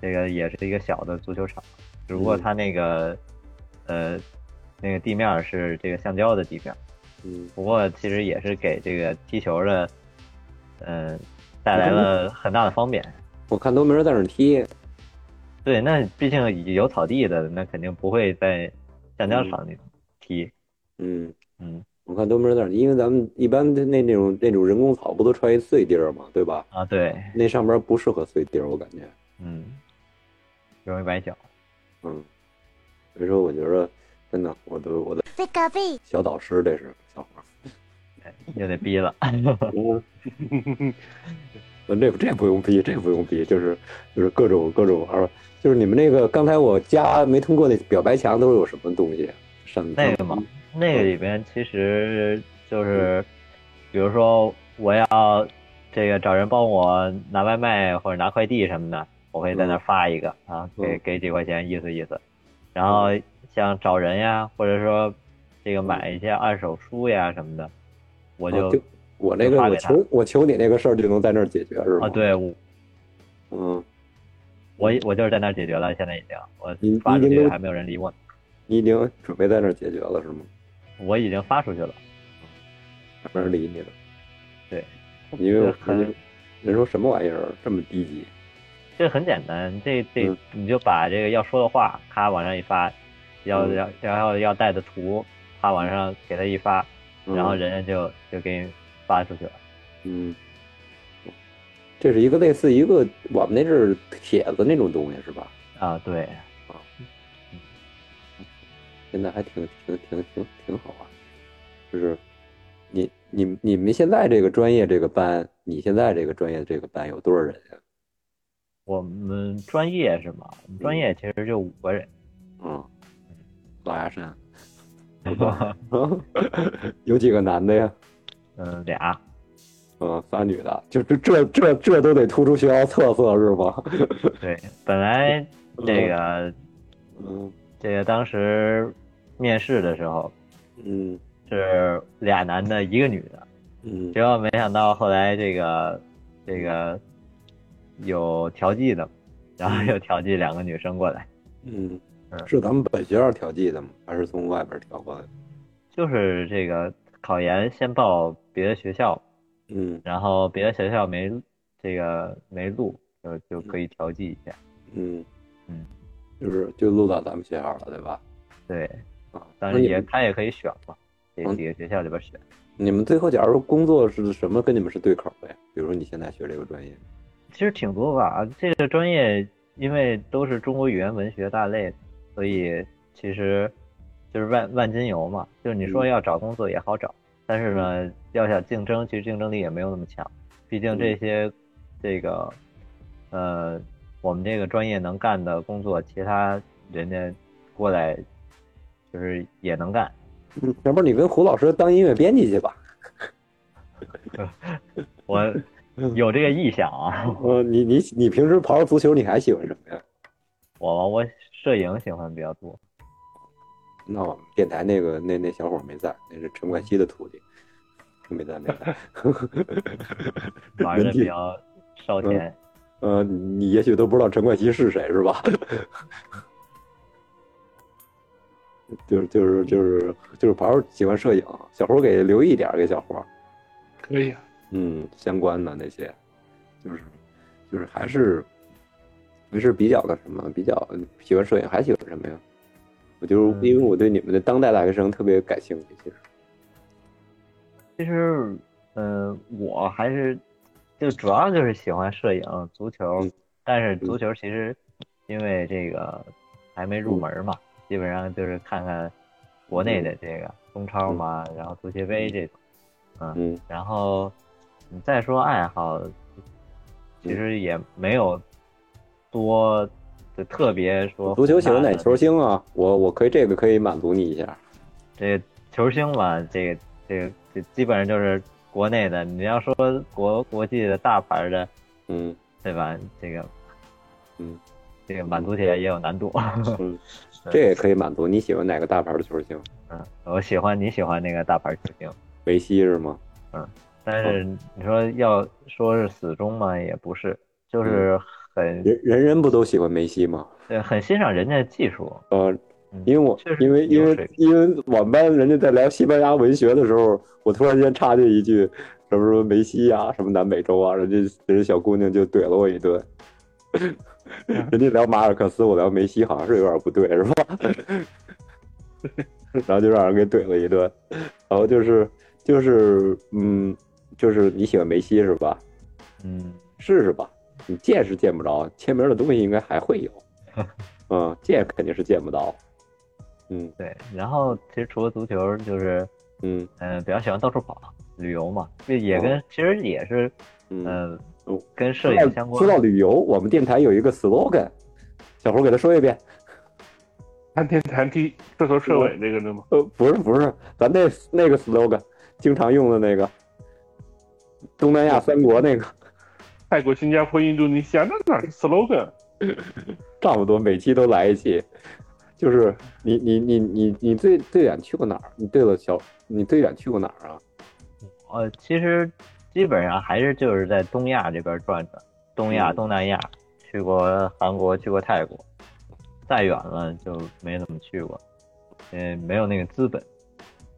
这个也是一个小的足球场，只不过它那个、呃那个地面儿是这个橡胶的地面儿，嗯不过其实也是给这个踢球的呃带来了很大的方便。我看都没人在那儿踢。对，那毕竟有草地的，那肯定不会在橡胶场里踢。嗯，嗯我看都没人在那儿踢，因为咱们一般的那那种那种人工草不都穿一碎地儿嘛，对吧？啊，对，那上边不适合碎地儿，我感觉。嗯，容易崴脚。嗯，所以说我觉得真的，我的我的贝卡贝，小导师这是小 [LAUGHS] 伙儿。 [LAUGHS] 哎又得逼了，嗯，这这不用逼，这不用逼，就是就是各种各种玩儿，就是你们那个刚才我加没通过那表白墙都是有什么东西？上那个嘛，嗯那个里边其实就是，比如说我要这个找人帮我拿外卖或者拿快递什么的，我会在那儿发一个、啊，给嗯给几块钱意思意思。然后像找人呀，或者说这个买一些二手书呀什么的，我我就嗯啊就我那个发我给他求我求你那个事儿就能在那儿解决是吗？啊，，对我嗯，我我就是在那儿解决了，现在已经我你发出你去都还没有人理我呢，你已经准备在那儿解决了是吗？我已经发出去了，没人理你了，对，因为我这看见很人说什么玩意儿这么低级，这很简单，这这嗯你就把这个要说的话，咔往上一发，要嗯要要要要带的图，咔往上给他一发，嗯然后人家就就给你发出去了。嗯，这是一个类似一个我们那阵儿帖子那种东西是吧？啊，对，现在还挺挺挺挺挺好玩，就是你你你们现在这个专业这个班，你现在这个专业这个班有多少人呀、我们专业是吗？我们专业其实就五 [LAUGHS] 个人，嗯，老鸭山， [LAUGHS] 有几个男的呀？嗯，俩，嗯，仨女的，就这这这这都得突出学校特色是吧？ [LAUGHS] 对，本来这个嗯这个当时面试的时候嗯是俩男的，一个女的，嗯结果没想到后来这个这个有调剂的，然后又调剂两个女生过来，嗯，是咱们本学校调剂的吗？还是从外边调过来的？就是这个考研先报别的学校，嗯然后别的学校没这个没录，就就可以调剂一下。嗯嗯，就是就录到咱们学校了，对吧？对，啊，当那然你也们他也可以选嘛，这嗯几个学校里边选。你们最后假如说工作是什么跟你们是对口的呀？比如说你现在学这个专业，其实挺多吧，这个专业因为都是中国语言文学大类，所以其实就是万万金油嘛。就是你说嗯要找工作也好找，但是呢，要想竞争，其实竞争力也没有那么强。毕竟这些、这个呃，我们这个专业能干的工作，其他人家过来就是也能干。要不然你跟胡老师当音乐编辑去吧？我有这个意向啊，呃，你你你平时刨足球，你还喜欢什么呀？我我摄影喜欢比较多。那我们电台那个那那小伙儿没在，那是陈冠希的徒弟，没在没在。 [LAUGHS] 玩的人比体较烧钱。呃，你也许都不知道陈冠希是谁，是吧？ [LAUGHS] 就是就是就是就是刨喜欢摄影，小胡给留意一点儿给小胡。可以啊，嗯相关的那些，就是就是还是还是比较的什么，比较喜欢摄影，还喜欢什么呀？我就是嗯因为我对你们的当代大学生特别感兴趣，其实，其实，嗯、我还是就主要就是喜欢摄影、足球，嗯但是足球其实因为这个还没嗯入门嘛，基本上就是看看国内的这个中超嘛，然后足协杯这种，嗯，嗯然后你再说爱好，嗯其实也没有多就特别说足球喜欢哪哪球星啊？我我可以这个可以满足你一下。这个球星嘛，这个这个这基本上就是国内的。你要说国国际的大牌的， [LAUGHS] 嗯对吧？这个嗯，这个满足起来也有难度。嗯，这也可以满足你喜欢哪个大牌的球星？嗯， [LAUGHS] 我喜欢你喜欢那个大牌球星，梅西是吗？但哦是你说要说是死忠嘛，也不是，嗯就是很人人人不都喜欢梅西吗？对很欣赏人家的技术。呃，嗯因为我确实因为因有水为平因为我们班人家在聊西班牙文学的时候，我突然间插进一句什么什么梅西啊，什么南美洲啊，人家人家小姑娘就怼了我一顿。啊人家聊马尔克斯，我聊梅西，好像是有点不对，是吧？ [LAUGHS] 然后就让人给怼了一顿。然后就是就是嗯，就是你喜欢梅西是吧？嗯，试试吧，你见是见不着，签名的东西应该还会 [LAUGHS] 有，嗯，见肯定是见不到，嗯对。然后其实除了足球，就是嗯嗯、呃比较喜欢到处跑旅游嘛，这也跟、其实也是哦嗯。哦嗯、跟摄说影到相说到关。旅游，我们电台有一个 slogan，小胡给他说一遍。谈天谈地，彻头彻尾这个的吗？呃，不是不是，咱那那个 slogan 经常用的那个，东南亚三国那个，泰国、新加坡、印度尼西亚，那哪是 slogan？差不多每期都来一期。就是你你你你你最最远去过哪儿？你对了，小你最远去过哪儿啊？呃，其实基本上还是就是在东亚这边转转，东亚、嗯东南亚，去过韩国，去过泰国，再远了就没怎么去过，嗯，没有那个资本。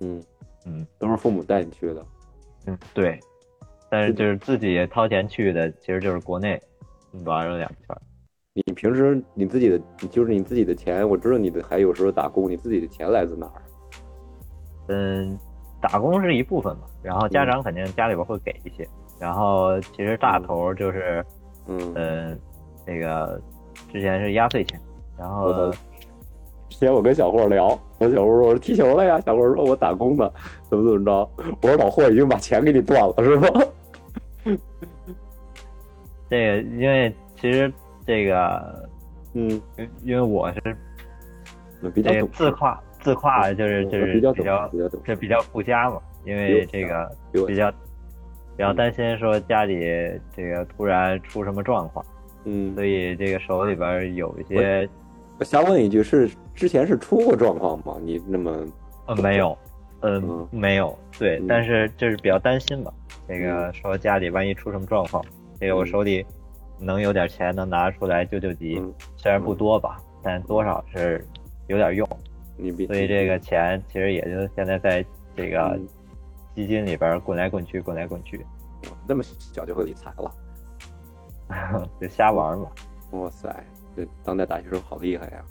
嗯嗯，都是父母带你去的。嗯，对。但是就是自己掏钱去的，其实就是国内玩了两圈儿。你平时你自己的，就是你自己的钱，我知道你的还有时候打工，你自己的钱来自哪儿？嗯，打工是一部分嘛，然后嗯家长肯定家里边会给一些，然后其实大头儿就是嗯，嗯，那个之前是压岁钱，然我后的之前我跟小霍聊，我小霍说我说踢球了呀，小霍说我打工呢，怎么怎么着？我说老霍已经把钱给你断了是吧？这个因为其实这个 [LAUGHS] 嗯，因因为我是比较这个懂自事，夸自夸就是就我是比较比懂较事，比较懂这事，比较顾家嘛，因为这个比我比较比嗯较担心说家里这个突然出什么状况，嗯所。以这个手里边有一些我想问一句，是之前是出过状况吗？你那么呃没有，呃嗯没有对嗯，但是就是比较担心嘛，这个说家里万一出什么状况，这个我嗯手里能有点钱能拿出来救救急嗯，虽然不多吧，但多少是有点用。你比所以这个钱其实也就现在在这个嗯基金里边儿滚来滚去，滚来滚去， [LAUGHS] 那么小就会理财了，就瞎玩儿嘛。哇塞，这当代大学生好厉害呀！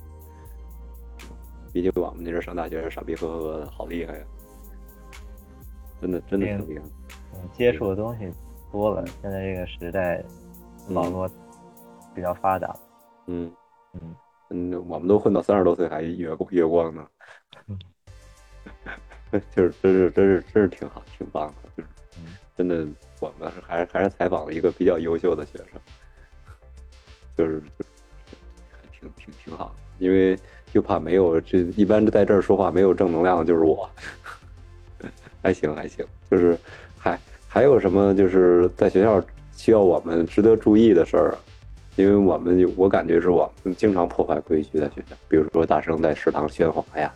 比起我们那阵上大学是傻逼呵呵的，好厉害呀！真的，真的嗯很厉害。嗯，接触的东西多了，现在这个时代嗯网络比较发达，嗯嗯嗯，我们都混到三十多岁还月光月光呢嗯， [LAUGHS] 就是真是真是真是挺好，挺棒的，就是嗯真的，我们还是还是采访了一个比较优秀的学生，就是挺挺挺好的，因为就怕没有这一般在这儿说话没有正能量的就是我， [LAUGHS] 还行还行，就是还还有什么就是在学校需要我们值得注意的事儿啊？因为我们有我感觉是我们经常破坏规矩在学校，比如说大声在食堂喧哗呀，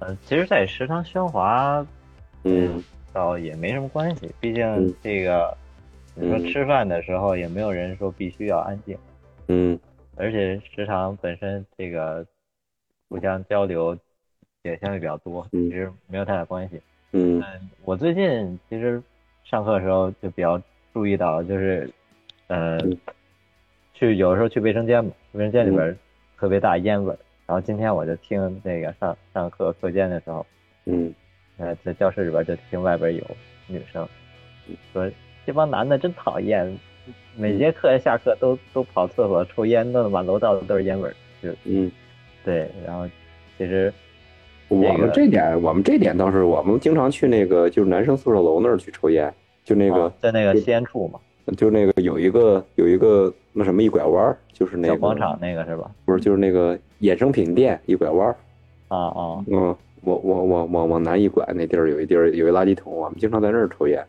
呃，其实，在食堂喧哗，嗯，倒也没什么关系，毕嗯竟这个你说嗯吃饭的时候也没有人说必须要安静，嗯而且食堂本身这个互相交流也相对比较多，嗯其实没有太大关系。嗯嗯，我最近其实上课的时候就比较注意到，就是，呃嗯，去有时候去卫生间嘛，卫生间里边特别大烟味儿。然后今天我就听那个上上课课间的时候，嗯呃，在教室里边就听外边有女生嗯说：“这帮男的真讨厌，每节课下课都都跑厕所抽烟，弄得满楼道都是烟味儿。”就嗯，对，然后其实我们这点我们这点倒是，我们经常去那个就是男生宿舍楼那儿去抽烟，就那个啊在那个吸烟处嘛，就那个有一个有一个那什么一拐弯儿，就是那小个广场那个是吧？不是就是那个衍生品店一拐弯儿，啊啊，嗯，往往往往往南一拐那地儿有一地儿有一垃圾桶，我们经常在那儿抽烟，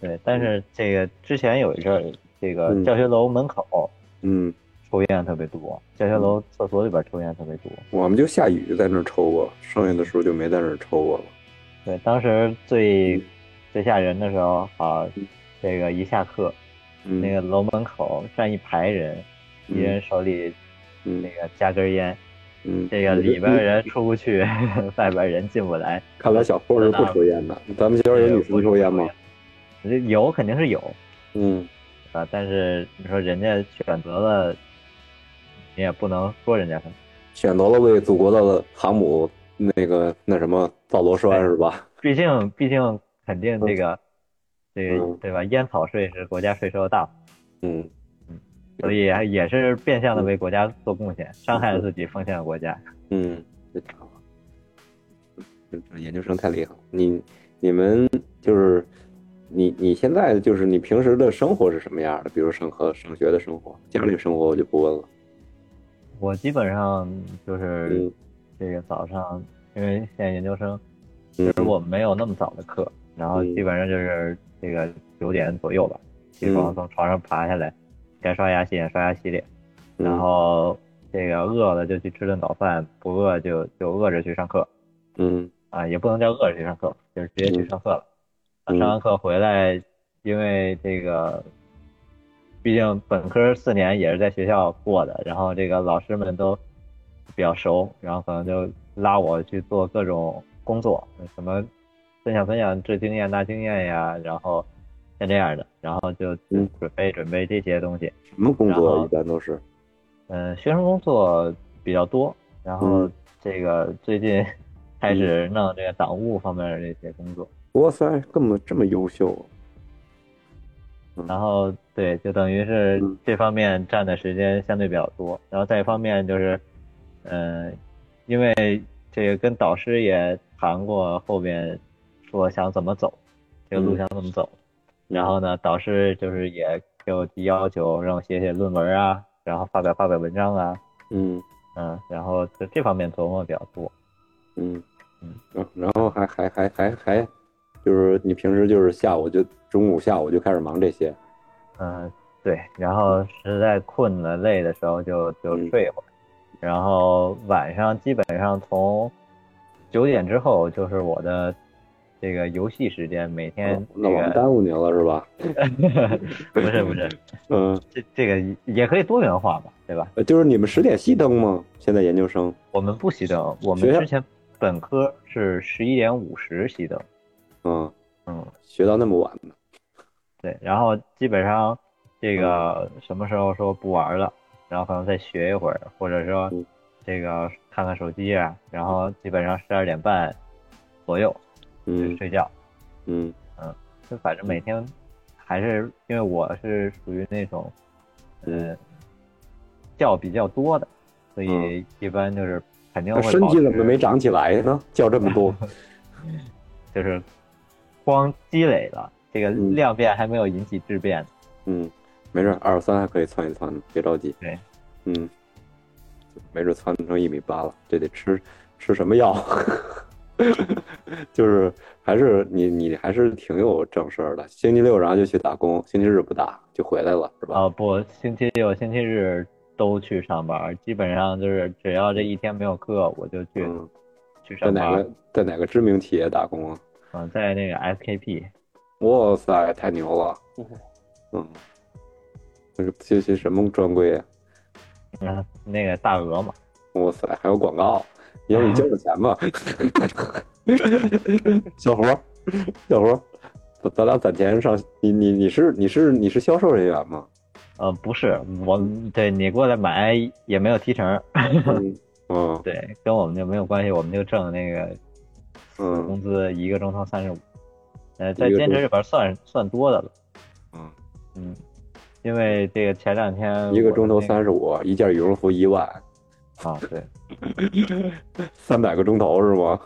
对，但是这个之前有一阵儿，这个嗯教学楼门口嗯，抽烟特别多，教学楼厕所里边抽烟特别多。我们就下雨就在那儿抽过，剩下的时候就没在那儿抽过了。对，当时最嗯最吓人的时候啊，这个一下课，嗯，那个楼门口站一排人，嗯一人手里嗯那个夹根烟，嗯，这个里边人出不去， [LAUGHS] 外边人进不来。看来小霍是不抽烟的。嗯咱们学校有女生抽烟哎吗？有肯定是有嗯啊，但是你说人家选择了，你也不能说人家什么。，选择了为祖国的航母那个那什么造螺哎栓是吧？毕竟毕竟肯定这个，这个嗯对吧？烟草税是国家税收的大户，嗯，所以也是变相的为国家做贡献，伤害了自己，奉献了国家。嗯，这挺好。这这研究生太厉害了！你你们就是你你现在就是你平时的生活是什么样的？比如上课、上学的生活、家里生活，我就不问了。我基本上就是嗯这个早上，因为现在研究生，嗯就是我没有那么早的课，然后嗯基本上就是这个九点左右吧，起床嗯从床上爬下来，该刷牙洗脸刷牙洗脸，嗯然后这个饿了就去吃顿早饭，不饿就就饿着去上课嗯啊，也不能叫饿着去上课，就是直接去嗯上课了。啊嗯上完课回来，因为这个，毕竟本科四年也是在学校过的，然后这个老师们都比较熟，然后可能就拉我去做各种工作，什么分享分享这经验那经验呀，然后像这样的，然后就嗯准备准备这些东西。什么工然作后一般都是？嗯，学生工作比较多，然后嗯这个最 [LAUGHS] 近开始弄这个党务方面的这些工作。哇塞，这么这么优秀啊！然后对，就等于是嗯这方面占的时间相对比较多。然后再一方面就是，嗯、因为这个跟导师也谈过，后边说想怎么走，这个路嗯想怎么走。然后呢，导师就是也给我提要求，让我写写论文啊，然后发表发表文章啊，嗯嗯，然后在这方面琢磨比较多。嗯嗯然后然后还还还还还，就是你平时就是下午就中午下午就开始忙这些。嗯，对，然后实在困了累的时候就就嗯睡一会儿，然后晚上基本上从九点之后就是我的这个游戏时间，每天哦那我们这耽误您了是吧？个 [LAUGHS] 不是不是，嗯，这这个也可以多元化嘛，对吧？呃就是你们十点熄灯吗？现在研究生我们不熄灯，我们学校之前本科是十一点五十熄灯，嗯，嗯，学到那么晚呢？对，然后基本上这个嗯什么时候说不玩了，然后可能再学一会儿，或者说嗯这个看看手机啊，然后基本上十二点半左右就嗯睡觉。嗯就反正每天还是因为我是属于那种呃觉比较多的，所以一般就是肯定嗯那会身保体怎么持没长起来呢？叫这么 [LAUGHS] 多，就是光积累了，这个嗯量变还没有引起质变。嗯，没事，二十三还可以窜一窜呢，别着急。对，嗯，没准窜成一米八了，这得吃吃什么药？ [LAUGHS] 就是还是你你还是挺有正事儿的。星期六然后就去打工，星期日不打就回来了，是吧？啊，不，星期六、星期日都去上班，基本上就是只要这一天没有课，我就去、嗯，去在上哪班个。在哪个知名企业打工啊？嗯、在那个 SKP，哇塞，太牛了嗯！嗯，就是这些什么专柜啊？嗯，那个大鹅嘛，哇塞，还有广告，要不你交点钱吧？ [LAUGHS] 小胡，小胡，咱咱俩攒钱上，你你你是你是你是销售人员 [LAUGHS] 吗？呃，不是我，对你过来买也没有提成， [COUGHS] 嗯嗯对，跟我们就没有关系，我们就挣那个嗯工资一个钟头三十五，呃，在一个兼职钟里边算算多的了，嗯，嗯，因为这个前两天一个我钟头那个三十五，一件羽绒服一万，啊，对，三百个钟头是吗？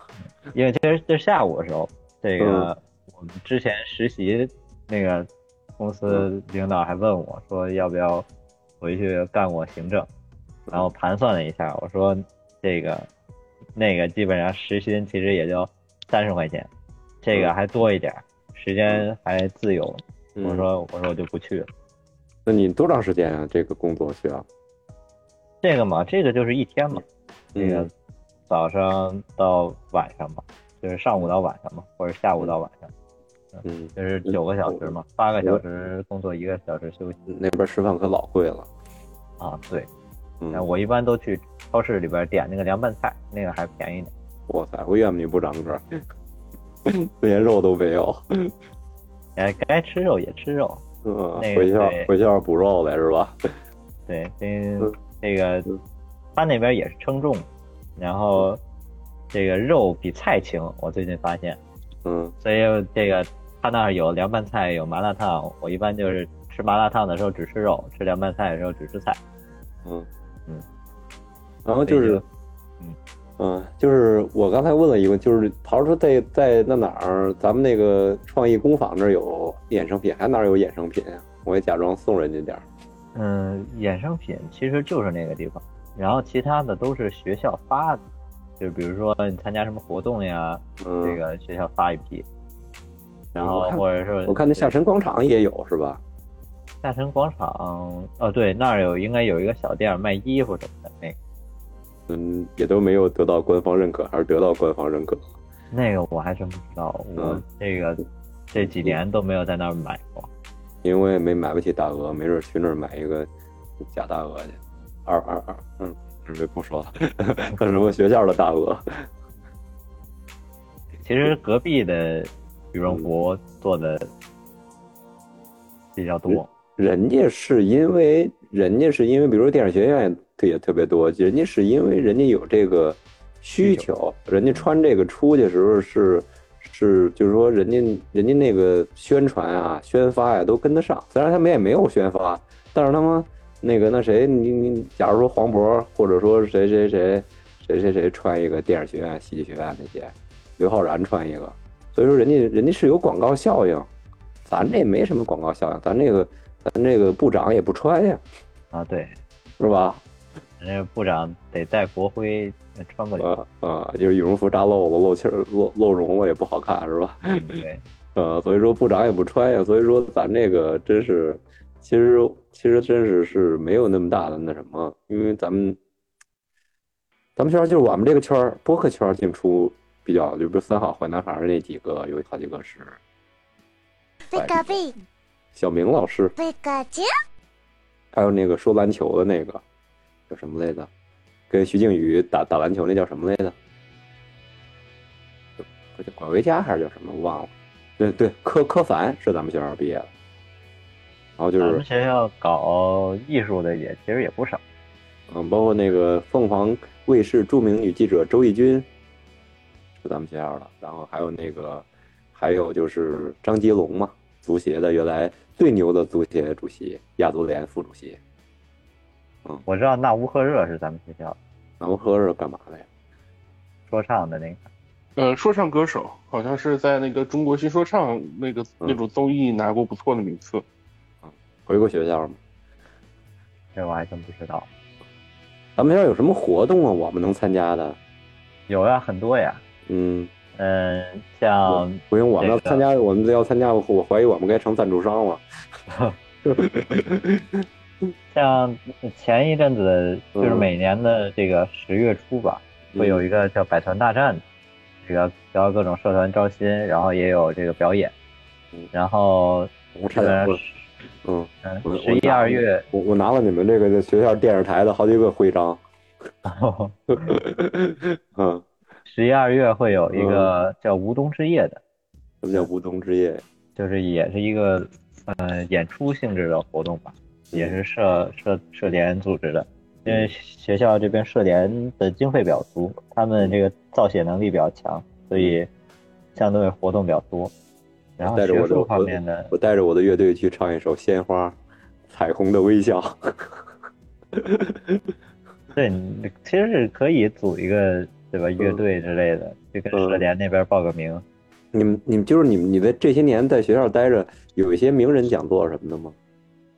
因为今儿这下午的时候，这个我们之前实习那个公司领导还问我说要不要回去干过行政，然后盘算了一下，我说这个那个基本上时薪其实也就三十块钱，这个还多一点，时间还自由。嗯我说我说我就不去了。那你多长时间啊？这个工作需要？这个嘛，这个就是一天嘛，嗯这个早上到晚上嘛，就是上午到晚上嘛，或者下午到晚上，嗯，就是九个小时嘛，八个小时工作，一个小时休息嗯那边吃饭可老贵了。啊。对，那嗯，我一般都去超市里边点那个凉拌菜，那个还便宜点。哇塞，我怨你不长个儿， [LAUGHS] 连肉都没有。哎，该吃肉也吃肉，嗯，那个回校对回校补肉来是吧？对，因嗯为这个嗯他那边也是称重，然后这个肉比菜轻，我最近发现，嗯所以这个他那儿有凉拌菜，有麻辣烫，我一般就是吃麻辣烫的时候只吃肉，吃凉拌菜的时候只吃菜。嗯嗯，然后就是所以就，嗯嗯就是我刚才问了一个，就是桃儿说在在那哪儿，咱们那个创意工坊那儿有衍生品，还哪儿有衍生品呀？我也假装送人家点儿。嗯，衍生品其实就是那个地方，然后其他的都是学校发的，就比如说你参加什么活动呀，嗯，这个学校发一批，然我后看或者是我看那对下沉广场也有是吧？下沉广场，哦对，那儿有应该有一个小店儿卖衣服什么的，那个嗯，也都没有得到官方认可，还是得到官方认可。那个我还真不知道，我嗯这个这几年都没有在那儿买过。因为我也没买不起大鹅，没准儿去那儿买一个假大鹅去，二二二，嗯，别不说了， [LAUGHS] 可是我学校的大鹅，其实隔壁的羽绒服做的比较多，人家是因为人家是因为，比如说电影学院也特别多，人家是因为人家有这个需求，人家穿这个出去时候是是就是说人家人家那个宣传啊、宣发呀、都跟得上，虽然他们也没有宣发，但是他们那个那谁你你，假如说黄渤或者说谁谁谁谁谁谁穿一个电影学院、戏剧学院那些，刘昊然穿一个，所以说人家人家是有广告效应。咱这没什么广告效应，咱这个咱这个部长也不穿呀，啊，对，是吧？人家部长得带国徽，穿不了。呃呃，就是羽绒服扎漏了，漏气儿漏漏绒了也不好看，是吧？ [LAUGHS] 嗯对，呃，所以说部长也不穿呀，所以说咱这个真是，其实其实真是是没有那么大的那什么，因为咱们咱们圈儿就是我们这个圈儿播客圈儿进出比较，就比如三好坏男孩儿那几个，有好几个是贝卡贝小明老师，贝卡啾，还有那个说篮球的那个叫什么来着？跟徐静宇打打篮球那叫什么来着？不叫管维佳还是叫什么？我忘了。对对，柯柯凡是咱们学校毕业的，然后就咱是们学校搞艺术的也其实也不少。嗯，包括那个凤凰卫视著名女记者周轶君，是咱们学校的。然后还有那个，还有就是张吉龙嘛，足协的原来最牛的足协主席，亚足联副主席。我知道那乌赫热是咱们学校然后喝是干嘛的呀？说唱的那个，呃，说唱歌手好像是在那个中国新说唱那个嗯那种综艺拿过不错的名次。回过学校吗？这我还真不知道。咱们学校有什么活动啊？我们能参加的？有呀，很多呀，嗯，嗯，像不用，我们要这个参加，我们要参加，我怀疑我们该成赞助商了。嗯像前一阵子就是嗯每年的这个十月初吧，会有一个叫百团大战的，这个然后各种社团招新，然后也有这个表演嗯，然后我基差本点上说，嗯，我我十一拿二月，我我拿了你们这个学校电视台的好几个徽章。嗯，十一二月会有一个叫吴东之夜的，什么叫无冬之夜？就是也是一个呃演出性质的活动吧，嗯也是社社社联组织的。因为学校这边社联的经费比较足，他们这个造血能力比较强，所以相对活动比较多。然后带着我学的术方面呢，我带着我的乐队去唱一首《鲜花》，彩虹的微笑。 [LAUGHS] 对，你其实是可以组一个对吧乐队之类的，就跟嗯社联那边报个名，你们你们就是你们你在这些年在学校待着，有一些名人讲座什么的吗？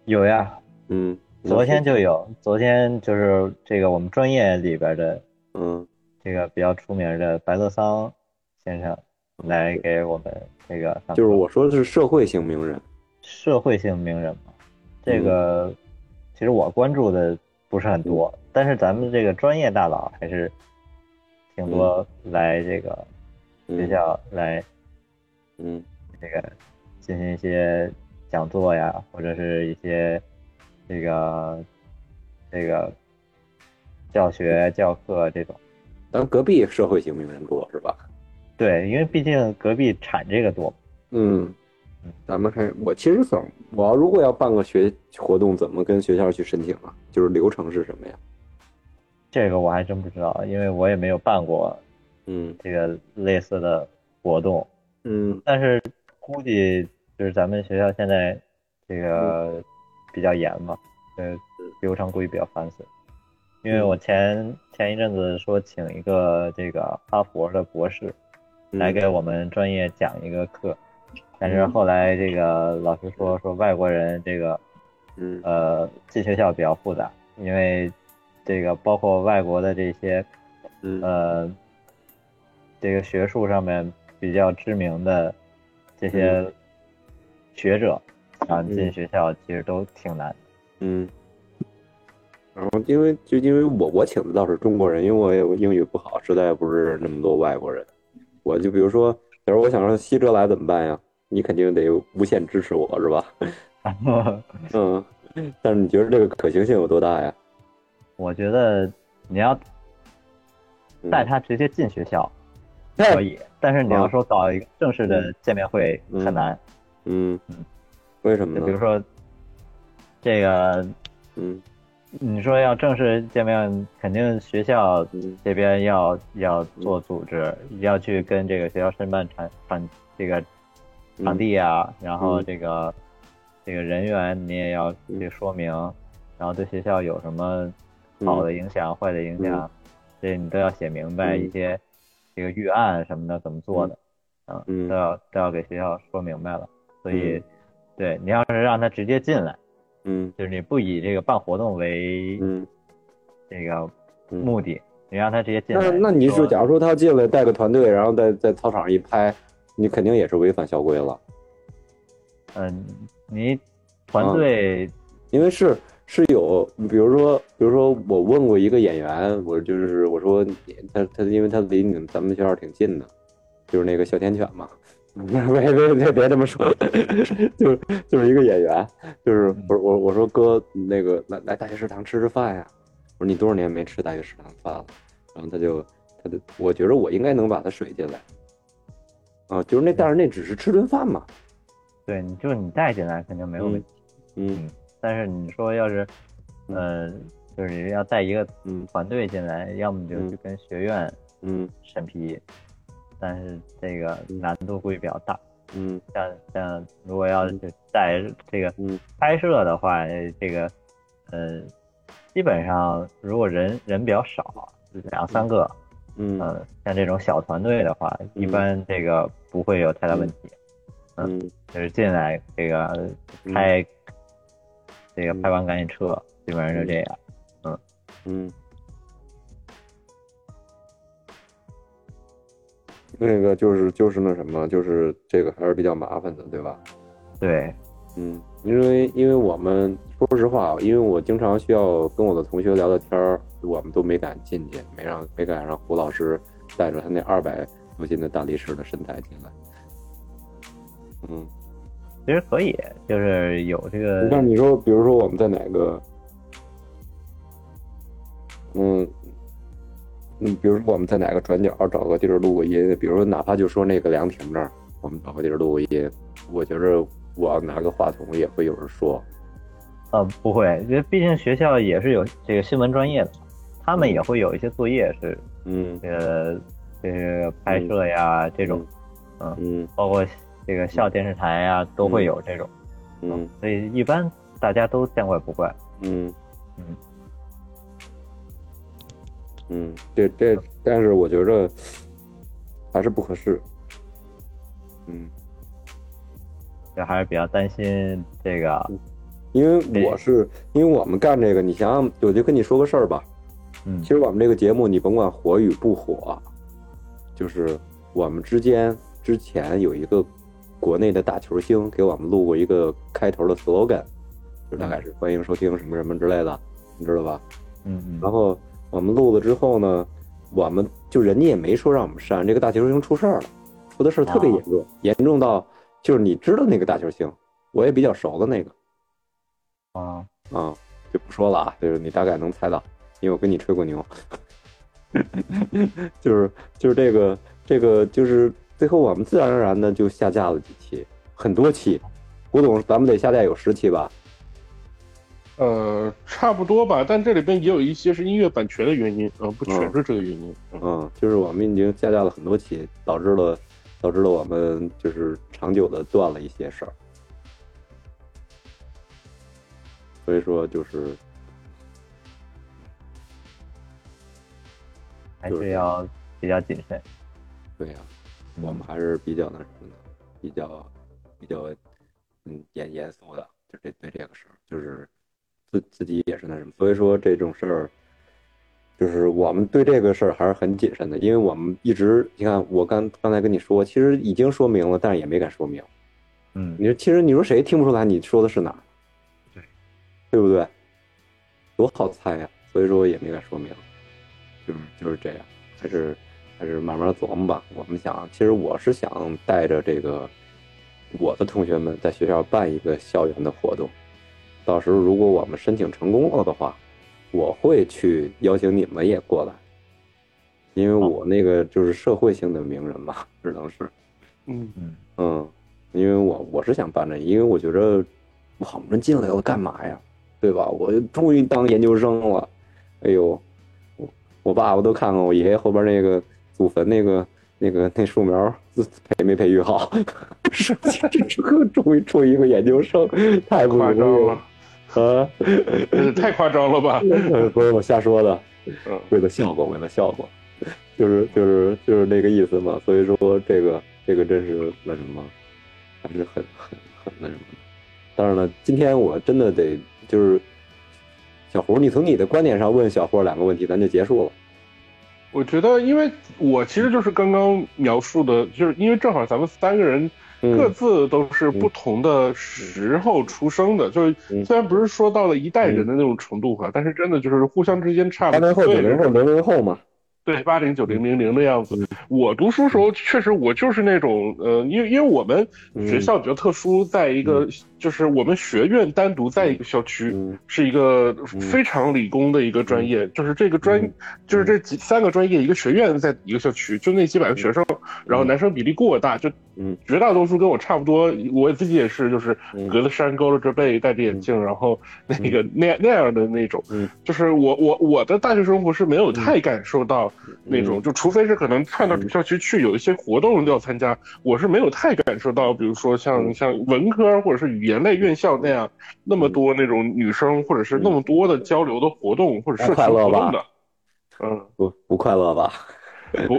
有呀，嗯，昨天就有，昨天就是这个我们专业里边的嗯这个比较出名的白乐桑先生来给我们这个上课嗯就是我说的是社会性名人，社会性名人嘛，嗯这个其实我关注的不是很多，嗯但是咱们这个专业大佬还是挺多来这个嗯学校来嗯这个进行一些讲座呀，或者是一些这个这个教嗯学教课这种。咱隔壁社会性名人多是吧？对，因为毕竟隔壁产这个多，嗯，咱们还我其实想，我要如果要办个学活动，怎么跟学校去申请啊？就是流程是什么呀？这个我还真不知道，因为我也没有办过嗯这个类似的活动。嗯但是估计就是咱们学校现在这个比较严嘛，呃，流程估计比较繁琐。因为我前前一阵子说请一个这个哈佛的博士嗯来给我们专业讲一个课，但是后来这个老师说说外国人这个嗯呃进学校比较复杂，因为这个包括外国的这些嗯呃，这个学术上面比较知名的这些学者、啊，嗯进学校其实都挺难的。嗯。然后因为就因为我我请的倒是中国人，因为我也英语不好，实在不是那么多外国人。我就比如说，假如我想让西哲来怎么办呀？你肯定得无限支持我 [LAUGHS] 是吧？嗯，但是你觉得这个可行性有多大呀？我觉得你要嗯带他直接进学校、那可以，但是你要嗯说搞一个正式的见面会嗯很难。嗯，为什么就呢？比如说这个，嗯你说要正式见面，肯定学校嗯这边要要做组织，要去跟这个学校申办场场这个场地啊，嗯然后这个、这个人员你也要去说明，嗯然后对学校有什么好的影响、坏的影响，这你都要写明白嗯一些这个预案什么的怎么做的，嗯，嗯都要都要给学校说明白了。所以，嗯对你要是让他直接进来，嗯就是你不以这个办活动为嗯。这个嗯目的，你让他直接进来那。那你说是，假如说他进来带个团队，然后在在操场上一拍，你肯定也是违反校规了，嗯，你团嗯队因为是是有，比如说，比如说我问过一个演员，我就是我说他他因为他离你们咱们学校挺近的，就是那个哮天犬嘛。 [LAUGHS] 别别别别这么说， [LAUGHS] 就是就是一个演员，就是我我我说哥，那个来来大学食堂吃吃饭呀，我说你多少年没吃大学食堂饭了，然后他就他就我觉得我应该能把他水进来，啊，就是那但是那只是吃顿饭嘛，对你就是你带进来肯定没有问题，嗯但是你说要是，呃，就是你要带一个嗯团队进来，要么你就嗯去跟学院嗯审批，但是这个难度会比较大。嗯像像如果要是带这个嗯拍摄的话，呃这个呃，基本上如果人人比较少，两三个，嗯嗯，像这种小团队的话，一般这个不会有太大问题，嗯就是进来这个嗯拍，这个拍完赶紧撤，基本上就这样。嗯。那个就是就是那什么，就是这个还是比较麻烦的，对吧？对，嗯，因为因为我们说实话，啊因为我经常需要跟我的同学聊聊天儿，我们都没敢进去，没让没敢让胡老师带着他那二百多斤的大力士的身材进来。嗯，其实可以，就是有这个那你说，比如说我们在哪个，嗯，嗯，比如说我们在哪个转角找个地儿录个音，比如说哪怕就说那个凉亭这儿，我们找个地儿录个音，我觉着我要拿个话筒也会有人说，呃不会，因为毕竟学校也是有这个新闻专业的，他们也会有一些作业是嗯呃这个拍摄呀这种，嗯包括这个校电视台呀都会有这种，嗯所以一般大家都见怪不怪。嗯嗯嗯，这这，但是我觉着还是不合适，嗯，就还是比较担心这个，因为我是因为我们干这个，你想想，我就跟你说个事儿吧。嗯其，实我们这个节目，你甭管火与不火，就是我们之间之前有一个国内的大球星给我们录过一个开头的 slogan，就大概是欢迎收听什么什么之类的，你知道吧？嗯然嗯，后我们录了之后呢，我们就人家也没说让我们删，这个大球星出事儿了，出的事儿特别严重，严重到就是你知道那个大球星，我也比较熟的那个啊，啊、就不说了啊，就是你大概能猜到，因为我跟你吹过牛， [LAUGHS] 就是就是这个这个就是最后我们自然而然的就下架了几期，很多期，胡总咱们得下架有十期吧，呃，差不多吧，但这里边也有一些是音乐版权的原因，呃，不全是这个原因。嗯嗯，就是我们已经下架了很多期，导致了导致了我们就是长久的断了一些事儿，所以说就是还是要比较谨慎。对呀、嗯我们还是比较那什么的，比较比较嗯严严肃的，就这对这个事儿，就是自自己也是那什么，所以说这种事儿，就是我们对这个事儿还是很谨慎的，因为我们一直你看我刚刚才跟你说，其实已经说明了，但是也没敢说明。嗯你，说，其实你说谁听不出来你说的是哪儿？对，对不对？多好猜呀、所以说也没敢说明，就是嗯就是这样，还是还是慢慢琢磨吧。我们想，其实我是想带着这个我的同学们在学校办一个校园的活动，到时候如果我们申请成功了的话，我会去邀请你们也过来，因为我那个就是社会性的名人嘛，只能是。嗯，嗯，嗯，因为我我是想办这，因为我觉着我们进来了干嘛呀，对吧？我终于当研究生了，哎呦，我我爸我都看看我爷爷后边那个祖坟那个那个那树苗培没培育好， [LAUGHS] 是这这个终于出一个研究生，太不夸张容易了，啊！ [LAUGHS] 呃太夸张了吧？不是我瞎说的，嗯为了效果，为了效果，就是就是就是那个意思嘛。所以说这个这个真是那什么，还是很很很那什么。当然了，今天我真的得就是小胡，你从你的观点上问小霍两个问题，咱就结束了。我觉得，因为我其实就是刚刚描述的，就是因为正好咱们三个人各嗯自都是不同的时候出生的，就是嗯虽然不是说到了一代人的那种程度吧，但是真的就是互相之间差八了零后、九岁数零后、零零后嘛，哎对，八零九零零零的样子。嗯我读书时候确实我就是那种，呃，因为因为我们嗯学校比较特殊，在一个、就是我们学院单独在一个校区，嗯是一个嗯非常理工的一个专业，就是这个专，嗯就是这几三个专业一个学院在一个校区，就那几百个学生，然后男生比例过大，就嗯绝大多数跟我差不多，我自己也是，就是嗯隔着山勾着着背，戴着眼镜，然后那个那那样的那种，嗯就是我我我的大学生活是没有太感受到那嗯种，就除非是可能串到主校区去有一些活动要参加，我是没有太感受到，比如说像嗯像文科啊或者是语言类院校那样那么多那种女生或者是那么多的交流的活动或者社群嗯快乐活吧动的，嗯。不不快乐吧？ [LAUGHS] 不，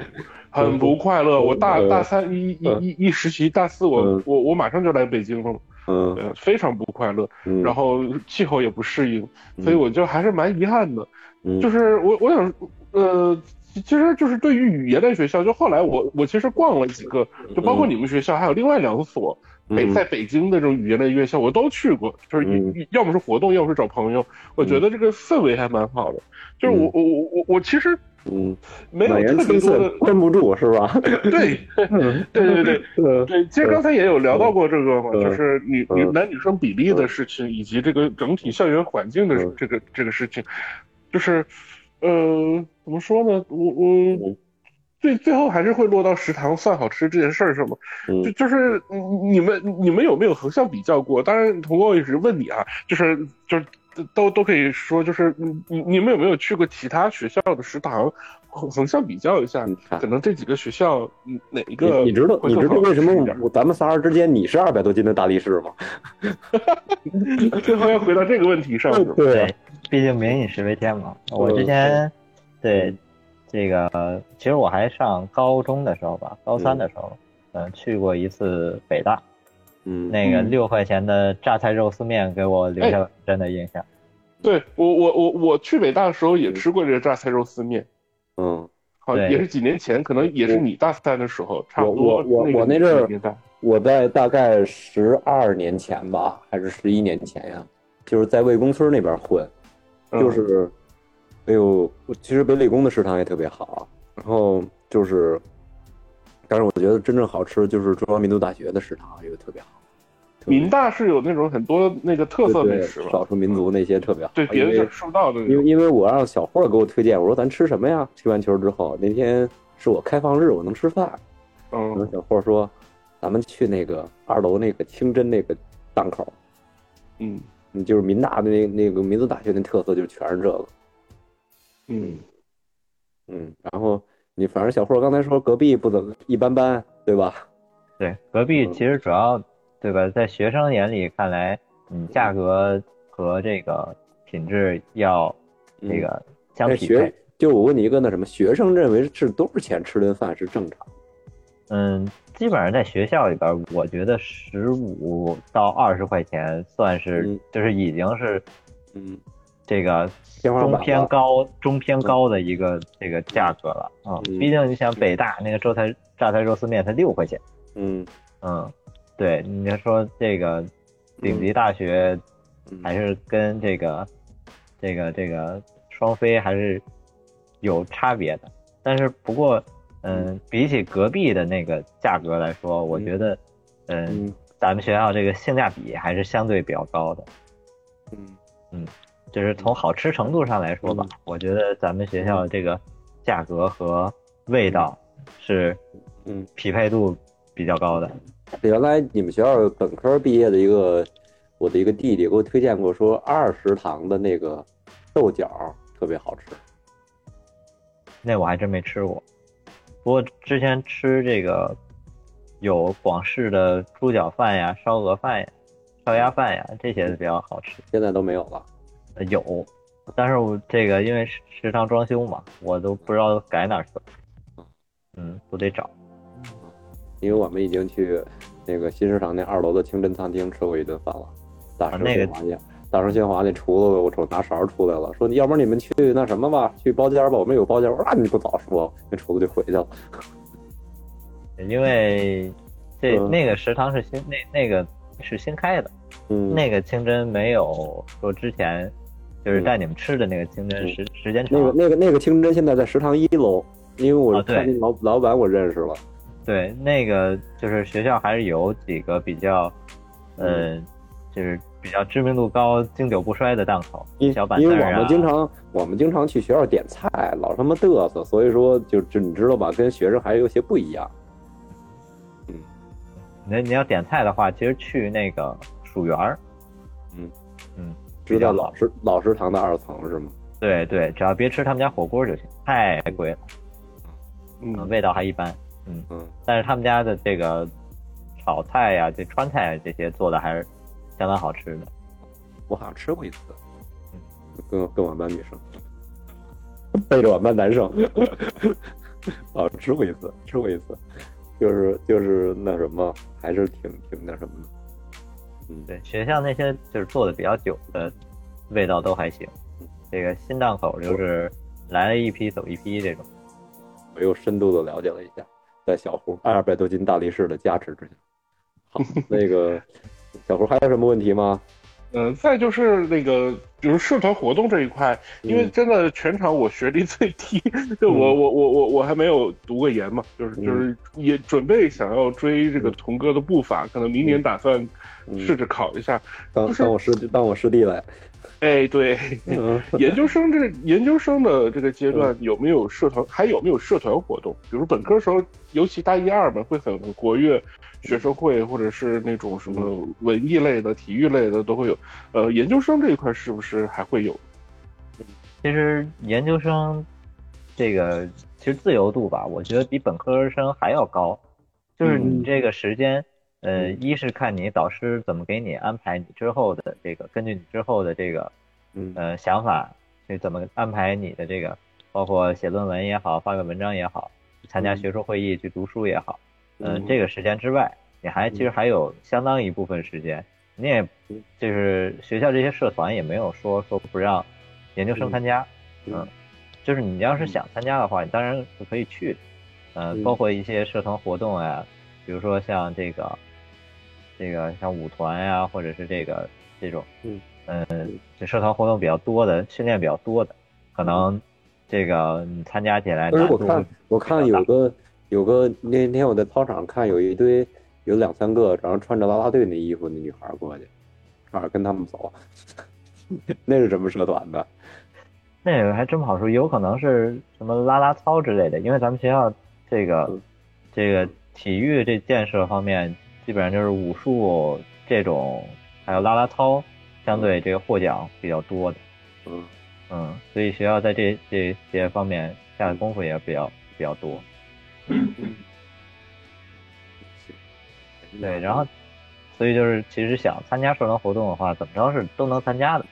很不快乐。我大嗯大三一一一一实习，大四我嗯我我马上就来北京了，嗯，呃，非常不快乐，嗯然后气候也不适应，嗯所以我就还是蛮遗憾的。嗯就是我我想，呃，其其实就是对于语言类学校，就后来我我其实逛了几个，就包括你们学校，还有另外两所。北嗯在北京的这种语言类院校，我都去过，就是嗯一要么是活动，要么是找朋友。我觉得这个氛围还蛮好的，就是我我我我我其实嗯，没有满园特别春多的色关不住 [LAUGHS] 是吧？ [LAUGHS] 对，对对对嗯对，其实刚才也有聊到过这个嘛，嗯就是女嗯女男女生比例的事情，以及这个整体校园环境的嗯这个这个事情，就是，呃，怎么说呢？我我嗯最最后还是会落到食堂饭好吃这件事儿上嘛。嗯就就是你你们你们有没有横向比较过？当然，童哥也是问你啊，就是就是都都可以说，就是你你你们有没有去过其他学校的食堂，横横向比较一下？你看可能这几个学校嗯哪一个啊你你知道会你更知道好为什么吃一点我咱们仨人之间你是二百多斤的大力士吗？最后要回到这个问题上， [LAUGHS] 是吧对，毕竟民以食为天嘛。我之前对这个，其实我还上高中的时候吧，高三的时候，呃，去过一次北大，嗯，那个嗯六块钱的榨菜肉丝面给我留下了真的印象。对我我我我去北大的时候也吃过这个榨菜肉丝面，嗯，好对也是几年前，可能也是你大三的时候，差不我多我我那个那阵儿年代。我在大概十二年前吧，还是十一年前呀、就是在魏公村那边混，嗯就是，哎呦，我其实北理工的食堂也特别好，然后就是，但是我觉得真正好吃就是中华民族大学的食堂，也特别好。特别民大是有那种很多那个特色对美对食嘛，少数民族那些特别好。对别的因地为儿吃不到的那因为种。因为我让小霍给我推荐，我说咱吃什么呀？踢完球之后，那天是我开放日，我能吃饭。然嗯后小霍说，咱们去那个二楼那个清真那个档口，嗯嗯就是民大的那那个民族大学那特色，就全是这个。嗯，嗯，然后你反正小霍刚才说隔壁不怎么一般般，对吧？对，隔壁其实主要对吧，在学生眼里看来，嗯，价格和这个品质要这个相那匹配学。就我问你一个那什么，学生认为是多少钱吃顿饭是正常？嗯，基本上在学校里边，我觉得十五到二十块钱算是、嗯就是已经是嗯，这个天花板中了偏高中偏高的一个这个价格了啊。嗯毕竟你想北大那个榨菜榨菜肉丝面才六块钱，嗯，嗯，对，你要说这个顶级大学嗯还是跟这个、这个这个双非还是有差别的。但是不过，嗯，比起隔壁的那个价格来说，我觉得，嗯，嗯咱们学校这个性价比还是相对比较高的。嗯就是从好吃程度上来说吧，我觉得咱们学校这个价格和味道是嗯，匹配度比较高的。原来你们学校本科毕业的一个我的一个弟弟给我推荐过，说二食堂的那个豆角特别好吃。那我还真没吃过。不过之前吃这个有广式的猪脚饭呀、烧鹅饭呀、烧鸭饭呀，这些比较好吃。现在都没有了。呃有，但是我这个因为食食堂装修嘛，我都不知道改哪儿去了。嗯，我得找。因为我们已经去那个新市场那二楼的清真餐厅吃过一顿饭了。大啊声那个喧哗去，大声喧哗那厨子，我瞅拿勺出来了，说你要不然你们去那什么吧，去包间吧，我们有包间。我说啊，你不早说，那厨子就回去了。因为这、嗯那个食堂是新那那个是新开的，嗯，那个清真没有说之前就是嗯带你们吃的那个清真嗯时、时间长。那个那个那个清真现在在食堂一楼，因为我啊对看那老、老板我认识了。对，那个就是学校还是有几个比较，呃，嗯就是比较知名度高、经久不衰的档口因，小板因凳为儿我啊们。经常我们经常去学校点菜，老他妈嘚瑟，所以说就就你知道吧，跟学生还有些不一样。那你要点菜的话，其实去那个蜀园儿，嗯嗯，知比道较老好。食老食堂的二层是吗？对对，只要别吃他们家火锅就行，太贵了，嗯味道还一般。嗯，嗯但是他们家的这个炒菜呀、这川菜啊这些做的还是相当好吃的。我好像吃过一次，跟跟我们班女生，背着我们班男生， [LAUGHS] 啊，吃过一次，吃过一次，就是就是那什么，还是挺挺那什么的，嗯，对，学校那些就是做的比较久的，味道都还行。这个新档口就是来了一批走一批这种。我又深度的了解了一下，在小胡二百多斤大力士的加持之下，好，那个 [LAUGHS] 小胡还有什么问题吗？呃，再就是那个，比如社团活动这一块，因为嗯真的全场我学历最低，就我我我我我还没有读过研嘛，就是嗯就是也准备想要追这个童哥的步伐，可能明年打算嗯试着考一下。当当我师当我师弟来，哎，对， [LAUGHS] 嗯研究生这研究生的这个阶段有没有社团，还有没有社团活动？比如本科时候，尤其大一、二们会很活跃，学生会或者是那种什么嗯文艺类的、体育类的都会有。呃，研究生这一块是不是还会有？其实研究生这个其实自由度吧，我觉得比本科生还要高，就是你这个时间，呃，一是看你导师怎么给你安排你之后的这个，根据你之后的这个嗯呃想法去怎么安排你的这个，包括写论文也好，发表文章也好，参加学术会议去读书也好，呃嗯，这个时间之外，你还其实还有相当一部分时间，你也嗯就是学校这些社团也没有说说不让研究生参加，嗯嗯，就是你要是想参加的话，你当然是可以去的，呃嗯，包括一些社团活动呀，比如说像这个这个像舞团呀，或者是这个这种，嗯呃，这社团活动比较多的，训练比较多的，可能这个你参加起来但难是度我会看我看有个有个那天我在操场看有一堆有两三个，然后穿着啦啦队那衣服那女孩过去，差点跟他们走。 [LAUGHS] 那是什么社团的？那个还真不好说，有可能是什么啦啦操之类的，因为咱们学校这个嗯这个体育这建设方面，基本上就是武术这种，还有啦啦操，相对这个获奖比较多的，嗯，嗯，所以学校在这这些方面下的功夫也比较比较多，对，然后所以就是其实想参加社团活动的话，怎么着是都能参加的，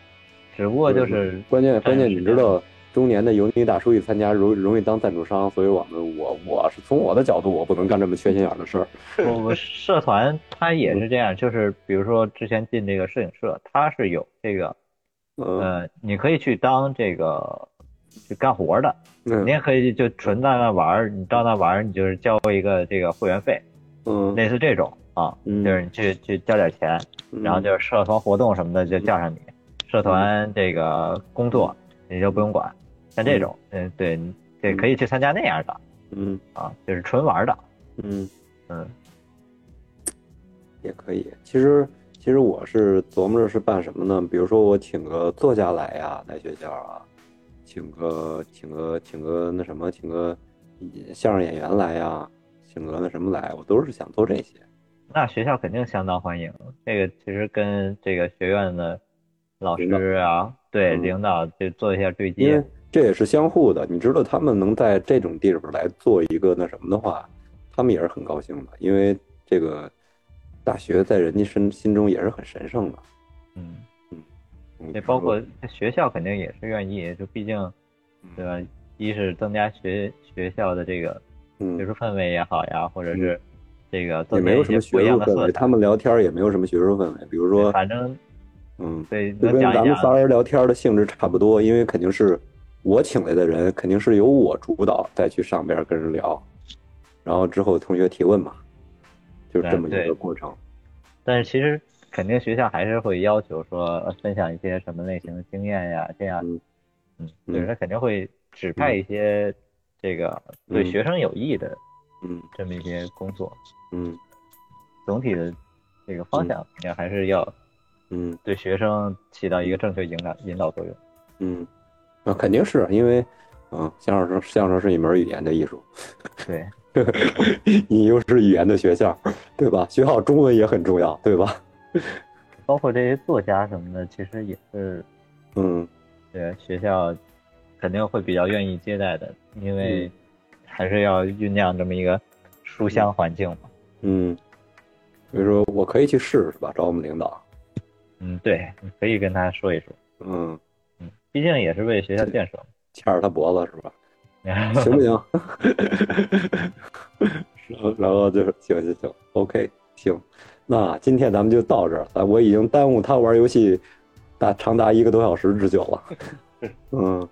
只不过就是关键关键，占用你时知间道中年的油腻大叔一参加容容易当赞助商，所以我们我我是从我的角度，我不能干这么缺心眼儿的事儿。我我社团它也是这样，就是比如说之前进这个摄影社，它是有这个嗯呃，你可以去当这个去干活的，你嗯也可以就纯在那玩儿，你到那玩儿你就是交一个这个会员费，嗯，类似这种啊，嗯就是你去去交点钱，然后就是社团活动什么的就叫上你，社团这个工作你就不用管，像这种，嗯，对，你对，可以去参加那样的嗯啊，就是纯玩儿的，嗯。嗯也可以。其实，其实我是琢磨着是办什么呢？比如说，我请个作家来呀，来学校啊，请个请个请个那什么，请个相声演员来呀，请个那什么来，我都是想做这些。那学校肯定相当欢迎，这个其实跟这个学院的老师啊，对嗯领导就做一下对因接为，这也是相互的。你知道他们能在这种地方来做一个那什么的话，他们也是很高兴的，因为这个大学在人家身心中也是很神圣的。嗯，嗯这包括学校肯定也是愿意，就毕竟，对吧？一是增加学学校的这个嗯学，术氛围也好呀，或者是这个也增加没有一什么些学不一样术的氛色围，彩他。们聊天也没有什么学术氛围。比如对说，反正嗯，对，就能跟讲咱一们仨讲，人聊天的性质差不多，因为肯定是我请来的人，肯定是由我主导再去上边跟人聊，然后之后同学提问嘛，就是这么一对个哎对过程。但是其实肯定学校还是会要求说呃分享一些什么类型的经验呀，这样嗯，嗯，嗯对，他肯定会指派一些这个对嗯学生有益的嗯这么一些工作，嗯总体的这个方向应该还是要嗯对学生起到一个正确引导引导作用。嗯，那、肯定是因为，嗯，相声相声是一门语言的艺术， [LAUGHS] 对，你又是语言的学校，对吧？学好中文也很重要，对吧？包括这些作家什么的，其实也是嗯呃学校肯定会比较愿意接待的，因嗯为还是要酝酿这么一个书香环境嘛。嗯，所以说我可以去试试吧，找我们领导。嗯，对，你可以跟他说一说，嗯，嗯，毕竟也是为学校建设嘛。掐着他脖子是吧？行不行？ [LAUGHS] 然后然后就是行行行，OK，行，那今天咱们就到这儿。咱我已经耽误他玩游戏大长达一个多小时之久了。嗯，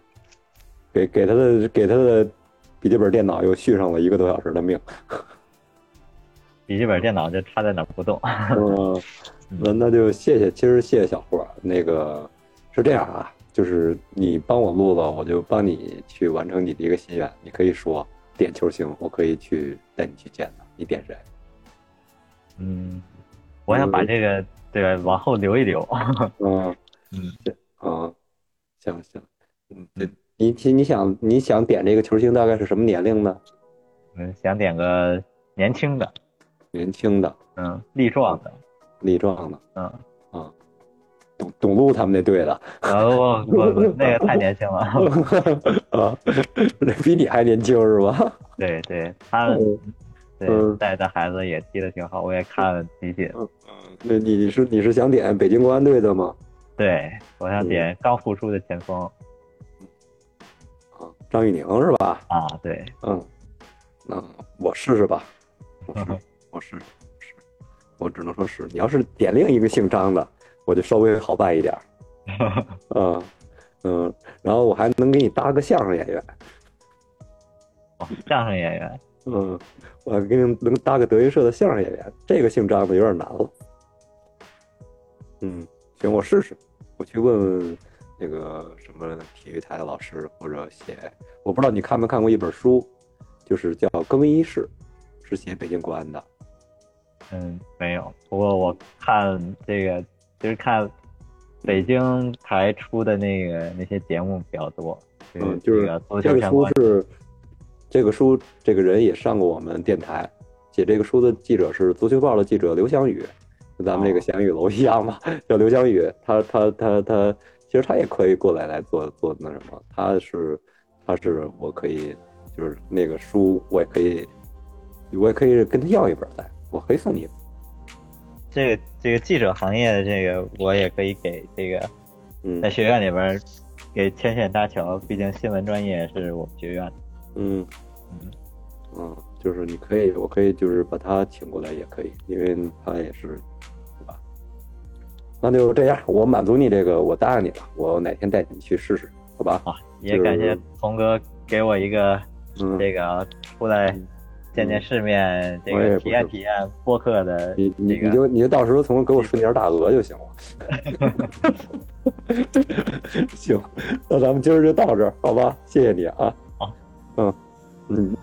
给给他的给他的笔记本电脑又续上了一个多小时的命。 [LAUGHS] 笔记本电脑就插在哪儿不动。 [LAUGHS] 嗯， [LAUGHS] 那那就谢谢，其实谢谢小霍。那个是这样啊，就是你帮我录了，我就帮你去完成你的一个心愿。你可以说点球星，我可以去带你去见他。你点谁？嗯，我想把这个对吧往后留一留。 [LAUGHS] 嗯嗯，嗯，行行，嗯，这你你你想你想点这个球星大概是什么年龄呢？嗯，想点个年轻的，年轻的，嗯，力壮 [LAUGHS] 的，力壮的，嗯，啊，董董路他们那队 [LAUGHS] 的，然后我我那个太年轻了， [LAUGHS] 啊， [LAUGHS] 比你还年轻是吧？对对，他嗯对带的孩子也踢得挺好，我也看了集锦。那你是你是想点北京国安队的吗？对，我想嗯点刚复出的前锋啊，张玉宁是吧？啊，对，嗯，那我试试吧。我是，我是，我是，我只能说是。你要是点另一个姓张的，我就稍微好办一点儿。嗯嗯，然后我还能给你搭个相声演员，哦相声演员，嗯，我还给你能搭个德云社的相声演员，这个姓张的有点难了。嗯，行，我试试，我去问问那个什么体育台的老师，或者写，我不知道你看没看过一本书，就是叫《更衣室》，是写北京国安的。嗯，没有。不过我看这个，就是看北京台出的那个那些节目比较多，嗯，就是这个足这球个相书关的。是这个书，这个人也上过我们电台。写这个书的记者是《足球报》的记者刘翔宇，跟咱们这个翔宇楼一样嘛，叫刘翔宇。他他他他，其实他也可以过来来做做那什么，他是他是我可以就是那个书，我也可以，我也可以跟他要一本来，我可以送你一本。这个这个记者行业的这个，我也可以给这个在嗯学院里边儿给牵线搭桥，毕竟新闻专业是我们学院的。嗯嗯，就是你可以，我可以就是把他请过来也可以，因为他也是，对吧？那就这样，我满足你这个，我答应你了，我哪天带你去试试，好吧？啊，也感谢童哥给我一个嗯，这个出来见见世面，这我也个不体验是体验播客的你你这你个就你就到时候从给我顺点大鹅就 [LAUGHS] 行了。行，那咱们今儿就到这儿，好吧？谢谢你啊。好，嗯嗯，